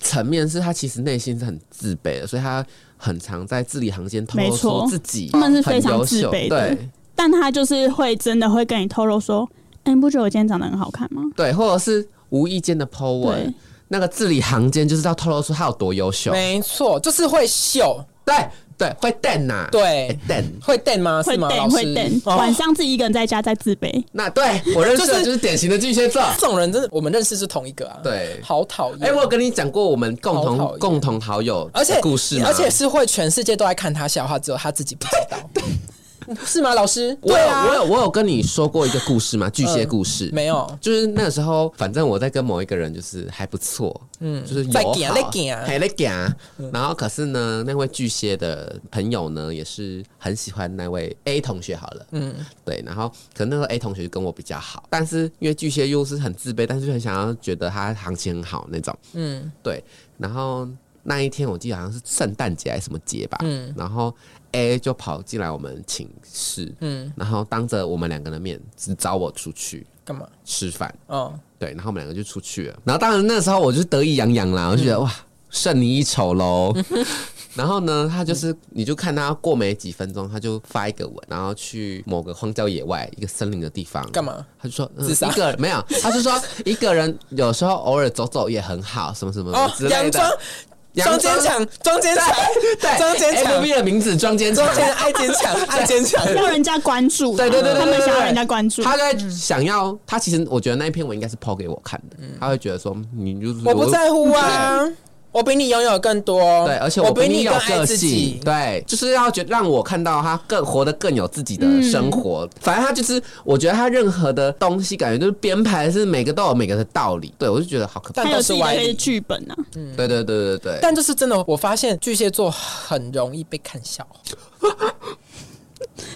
S1: 层面是他其实内心是很自卑的，所以他很常在字里行间透露
S3: 没错
S1: 出自己
S3: 他们是非
S1: 很
S3: 常
S1: 优
S3: 自
S1: 秀
S3: 卑的
S1: 对
S3: 但他就是会真的会跟你透露说：“哎、你不觉得我今天长得很好看吗
S1: 对，或者是无意间的 po？”文
S3: 对，，
S1: 那个字里行间就是要透露出他有多优秀，
S2: 没错，就是会秀，
S1: 对对，会瞪呐、啊，
S2: 对，
S1: 瞪。
S2: 会瞪吗？
S3: 会
S2: 是吗？老
S3: 等
S2: 师
S3: 会等，
S2: 哦
S3: 晚上自己一个人在家在自卑。
S1: 那对我认识
S2: 就
S1: 的
S2: 是
S1: 就是典型的巨蟹座，
S2: 这种人真的，我们认识是同一个啊。，
S1: 对。
S2: 好讨厌。
S1: 哎、我有跟你讲过我们共
S2: 好讨
S1: 同
S2: 厌
S1: 共同好友
S2: 而且
S1: 的故事吗？
S2: 而且是会全世界都在看他笑话，只有他自己不知道，是吗？老师，
S1: 我
S2: 对
S1: 有、
S2: 啊
S1: 我，有我有跟你说过一个故事吗？巨蟹故事。
S2: 没有，
S1: 就是那个时候，反正我在跟某一个人就是还不错，嗯，就是友好
S2: 在行在行
S1: 还在行。啊然后可是呢，那位巨蟹的朋友呢，也是很喜欢那位 A 同学。好了，嗯，对。然后可能那个 A 同学就跟我比较好，但是因为巨蟹又是很自卑，但是又很想要觉得他行情很好那种，
S2: 嗯，
S1: 对。然后那一天我记得好像是圣诞节还是什么节吧，
S2: 嗯
S1: 然后 A 就跑进来我们寝室，
S2: 嗯，
S1: 然后当着我们两个的面只找我出去
S2: 干嘛？
S1: 吃饭，
S2: 嗯，
S1: 对，然后我们两个就出去了。然后当然那时候我就得意洋洋啦，我就觉得、
S2: 嗯
S1: 哇，胜你一筹喽。 [LAUGHS] 然后呢，他就是，你就看他过没几分钟，他就发一个文，然后去某个荒郊野外一个森林的地方
S2: 干？嘛？
S1: 他就说、嗯、
S2: 自杀
S1: 一个没有，他就
S2: [LAUGHS]
S1: 说一个人有时候偶尔走走也很好，什么什么
S2: 哦，
S1: 之类
S2: 佯装
S1: 的。
S2: 装坚强，装坚强，
S1: 对，
S2: 装坚强
S1: F B 的名字庄坚强
S2: 装，坚强，爱坚强，爱坚强。
S3: 要人家关注，啊
S1: 对对对对
S3: 他们
S1: 对对
S3: 想要
S1: 对
S3: 人家关注。
S1: 他在想要，他其实我觉得那一篇我应该是抛给我看的，他会觉得说嗯你就是
S2: 嗯我不在乎啊，我比你拥有更多。
S1: 对，而且
S2: 哦我
S1: 比
S2: 你
S1: 有
S2: 更爱
S1: 个
S2: 自己
S1: 性，。对，就是要觉让我看到他更活得更有自己的生活。
S2: 嗯
S1: 反正他就是，我觉得他任何的东西感觉就是编排是每个都有每个的道理。对我就觉得好可怕。
S2: 但
S3: 他有
S2: 都
S3: 自
S2: 是
S3: 己的
S2: 歪
S3: 一些
S2: 理。
S3: 剧本啊，
S1: 对对对对对，
S2: 但就是真的，我发现巨蟹座很容易被看笑，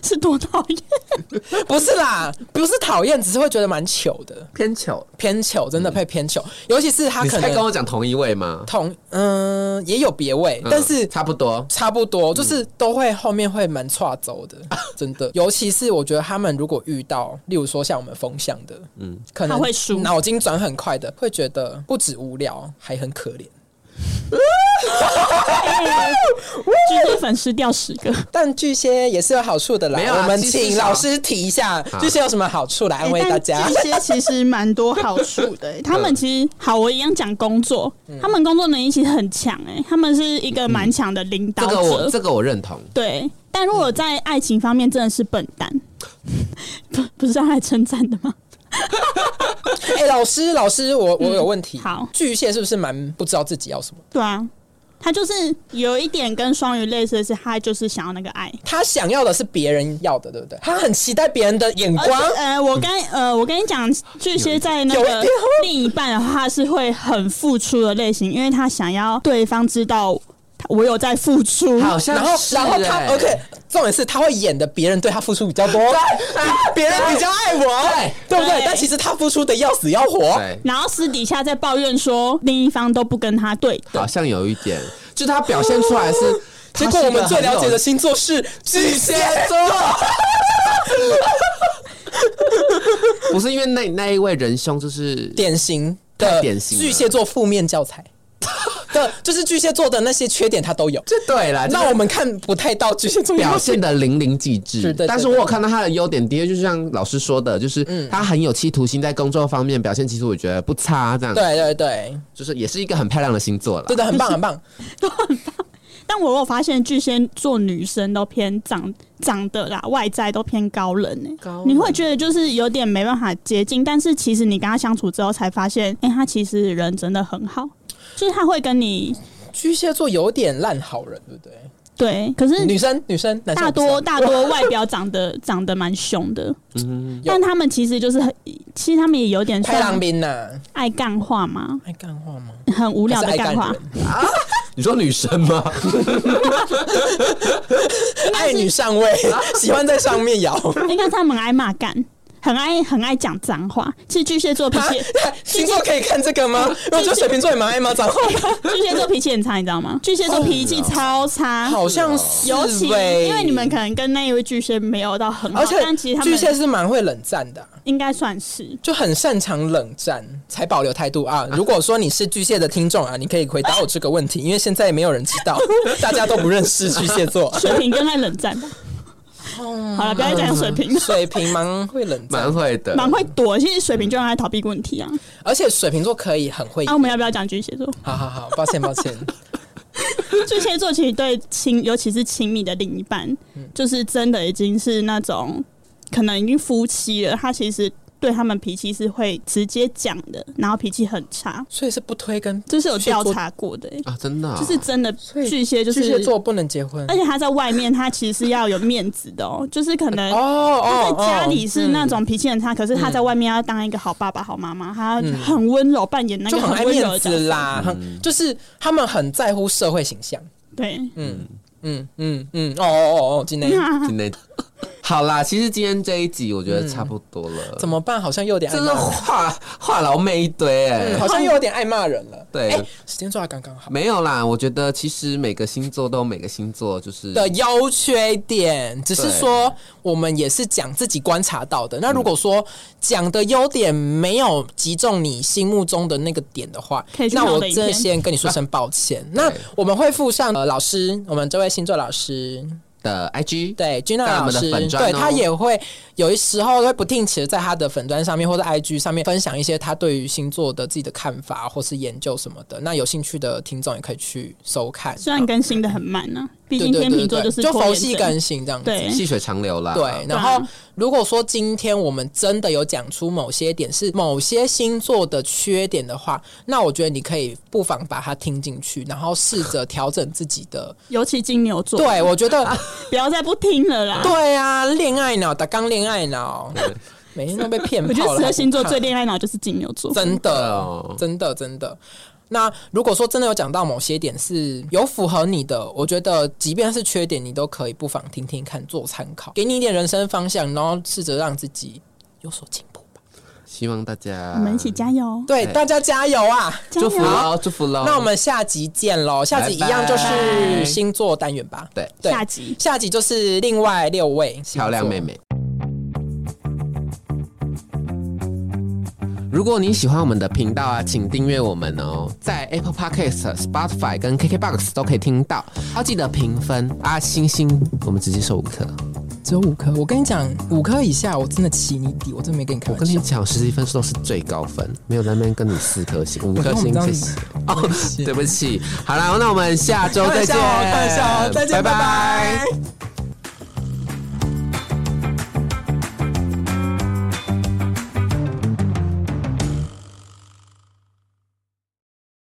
S3: 是多讨厌。
S2: 不是啦，不是讨厌，只是会觉得蛮糗的，
S1: 偏巧，
S2: 偏糗，真的会偏糗，尤其是他
S1: 你
S2: 可
S1: 是在跟
S2: 能
S1: 我讲同一位吗？
S2: 同嗯、也有别位，
S1: 嗯
S2: 但是
S1: 差不多。
S2: 差不多，就是都会后面会蛮岔走
S1: [LAUGHS]
S2: 的，真的。尤其是我觉得他们如果遇到，例如说像我们风向的，嗯，可能
S3: 他会输
S2: 脑筋转很快的，会觉得不止无聊，还很可怜。
S3: 巨蟹粉丝掉十个，
S2: 但巨蟹也是有好处的啦。
S1: 没有啊
S2: 我们
S1: 其实
S2: 请
S1: 少
S2: 老师提一下
S1: 好
S2: 巨蟹有什么好处来安慰大家
S3: 欸。但巨蟹其实蛮多好处的欸、他们其实好，我一样讲工作，他们工作能力其实很强，哎，他们是一个蛮强的领
S1: 嗯这
S3: 导
S1: 个我
S3: 者，
S1: 这个我认同，
S3: 对。 [LAUGHS] 但如果在爱情方面真的是笨蛋，不不是他来称赞的吗？
S2: [LAUGHS] 哎、老师，老师，我我有问题。
S3: 好，
S2: 巨蟹是不是蛮不知道自己要什么？
S3: 对啊，他就是有一点跟双鱼类似的是，他就是想要那个爱。
S2: 他想要的是别人要的，对不对？他很期待别人的眼
S3: 而且
S2: 光。
S3: 呃，我跟呃，我跟你讲，巨蟹在那
S2: 有一点
S3: 个另一半的话，他是会很付出的类型，因为他想要对方知道他我有在付出。
S1: 好像
S2: 嗯然后，
S1: 是
S2: 然后他
S1: 欸
S2: OK，重点是他会演的，别人对他付出比较多， [LAUGHS] 别人比较爱我，对不对？
S3: 对
S2: 但其实他付出的要死要活，
S1: 对，
S3: 然后私底下在抱怨说另一方都不跟他对等，
S1: 好像有一点，就他表现出来是。
S2: [LAUGHS] 结果我们最了解的星座是巨蟹座，
S1: 不是因为那那一位仁兄就是
S2: 典型
S1: 太
S2: 的
S1: 典型了
S2: 巨蟹座负面教材的，就是巨蟹座的那些缺点他都有。
S1: 这对啦，
S2: 那我们看不太到巨蟹座
S1: [LAUGHS] 表现的淋漓尽
S2: 是
S1: 致
S2: 对对。嗯
S1: 但是我有看到他的优点，的确就像老师说的，就是他很有企图心，在工作方面表现其实我觉得不差，这样
S2: 对对对，
S1: 就是也是一个很漂亮的星座啦
S2: 真。的很棒很棒。
S3: 但我有发现巨蟹座女生都偏长长得啦，外在都偏高冷诶、
S1: 高
S3: 你会觉得就是有点没办法接近，但是其实你跟他相处之后才发现，哎、他其实人真的很好，就是他会跟你
S2: 巨蟹座有点烂好人，对不对？
S3: 对，可是
S2: 女生女生男生
S3: 大
S2: 我不知道
S3: 多大多外表长得长得蛮凶的，
S2: 有
S3: 但他们其实就是很，其实他们也有点
S2: 嗯太浪
S3: 算
S2: 兵呐，
S3: 爱干话嘛，
S2: 爱干话吗？
S3: 很无聊
S2: 还是
S3: 的
S2: 爱干
S3: 干话，
S2: 人，
S1: 你说女生吗？ [LAUGHS]
S2: 爱女上位，喜欢在上面摇。
S3: 应该是他们很爱骂干，很爱很爱讲脏话。其实巨蟹座脾
S2: 啊
S3: 气，
S2: 星座可以看这个吗？因为我觉得水瓶座也蛮爱骂脏话的，
S3: 巨蟹座脾气很差，你知道吗？巨蟹座
S2: 哦
S3: 脾气超差，
S2: 好像是
S3: 尤其
S2: 欸
S3: 因为你们可能跟那一位巨蟹没有到很好
S2: 而，且
S3: 但其实他
S2: 巨蟹
S3: 们
S2: 是蛮会冷战的啊、
S3: 应该算是。
S2: 就很擅长冷战，才保留态度啊。如果说你是巨蟹的听众啊，你可以回答我这个问题，因为现在没有人知道， [LAUGHS] 大家都不认识巨蟹座。
S3: 水瓶更爱冷战吧。
S2: 哦
S3: 好了，不要再讲水瓶了，
S2: 水瓶蛮会冷
S1: [LAUGHS] 蛮
S2: 战，
S1: 会的，
S3: 蛮会躲。其实水瓶就让他逃避问题啊。
S2: 而且水瓶座可以很会
S3: 啊，。我们要不要讲巨蟹座？
S2: 好好好，抱歉抱歉，
S3: 巨蟹座其实对亲，尤其是亲密的另一半，
S2: 嗯
S3: 就是真的已经是那种可能已经夫妻了，他其实对他们脾气是会直接讲的，然后脾气很差，
S2: 所以是不推跟
S3: 这是有
S2: 巨蟹
S3: 调
S2: 座
S3: 查过的、欸
S1: 啊，真的啊，
S3: 就是真的
S2: 以
S3: 巨蟹就是
S2: 巨蟹座不能结婚
S3: 而。且他在外面，他其实是要有面子的哦，就是可能
S2: 哦
S3: 他
S2: 哦，
S3: 在家里
S2: 哦
S3: 是那种脾气很差，可是他在外面要当一个好爸爸、好妈妈，他很温柔，扮演那
S2: 就
S3: 个
S2: 很爱
S3: 温柔
S2: 面
S3: 的角
S2: 子
S3: 色。
S2: 啦，很就是他们很在乎社会形象。
S3: 对，
S2: 嗯嗯嗯嗯，哦哦哦哦，今天
S3: 嗯
S1: 今天好啦，其实今天这一集我觉得差不多了，
S2: 嗯怎么办？好像又有点爱
S1: 真的
S2: 骂人
S1: 话话痨妹一堆哎、
S2: 嗯好像又有点爱骂人了。
S1: 对嗯
S2: 哎时间做到刚刚好。
S1: 没有啦，我觉得其实每个星座都有每个星座就是
S2: 的优缺点，只是
S1: 对
S2: 说我们也是讲自己观察到的。那如果说讲的优点没有击中你心目中的那个点的话
S3: 可以，去
S2: 那
S3: 看我
S2: 我
S3: 的影
S2: 这
S3: 片
S2: 先跟你说声抱
S1: [LAUGHS]
S2: 歉。那
S1: 对
S2: 我们会附上呃老师，我们这位星座老师
S1: 的 IG
S2: 对，Gina
S1: 在我
S2: 老
S1: 们的
S2: 师，
S1: 粉专
S2: 对
S1: 哦
S2: 他也会有一时候会不定期的在他的粉砖上面或者 IG 上面分享一些他对于星座的自己的看法或是研究什么的。那有兴趣的听众也可以去收看。
S3: [LAUGHS] 虽然更新的很慢呢，毕
S2: 对
S3: 竟
S2: 对对
S3: 天
S2: 对
S3: 秤座
S2: 对，
S3: 是
S2: 就
S3: 拖
S2: 佛
S3: 延
S2: 系
S3: 症
S2: 更新这样子。
S3: 对啊
S1: 细水长流啦，
S2: 对，然后如果说今天我们真的有讲出某些点是某些星座的缺点的话，那我觉得你可以不妨把它听进去，然后试着调整自己的。
S3: 尤其金牛座，
S2: 对，我觉得
S3: 不要再不听了啦。
S2: 对啊，恋爱脑，打刚恋爱脑，每天都被骗
S3: 我觉
S2: 炮
S3: 得
S2: 了。
S3: 十二星座
S2: 还不
S3: 最
S2: 看
S3: 恋爱脑就是金牛座，
S2: 真
S1: 哦
S2: 的，真的，真的。那如果说真的有讲到某些点是有符合你的，我觉得即便是缺点，你都可以不妨听听看，做参考，给你一点人生方向，然后试着让自己有所进步吧。
S1: 希望大家
S3: 我们一起加油，哦
S2: 对，
S1: 对
S2: 大家加油啊！
S3: 加
S1: 祝福
S3: 油！
S1: 喽，祝福喽。
S2: 那我们下集见喽，下集一样就
S1: 拜拜
S2: 是星座单元吧。
S1: 对
S2: 对，
S3: 下集
S2: 下集就是另外六位星座
S1: 漂亮妹。妹。如果你喜欢我们的频道啊，请订阅我们哦，在 Apple Podcast、Spotify 跟 KKBox 都可以听到。要记得评分啊，星星，我们直接收五颗。
S2: 只有五颗，我跟你讲，五颗以下我真的起你底，我真没跟你开
S1: 我
S2: 玩
S1: 跟你
S2: 笑。
S1: 讲，实际分数都是最高分，没有在那边跟你四颗星、五
S2: 我
S1: 颗
S2: 跟我们
S1: 星，
S2: 这样
S1: 谢
S2: 子
S1: 谢。哦，对不起。好啦，那我们下周再见，
S2: 开玩笑哦开玩笑哦再见，
S1: 拜
S2: 拜拜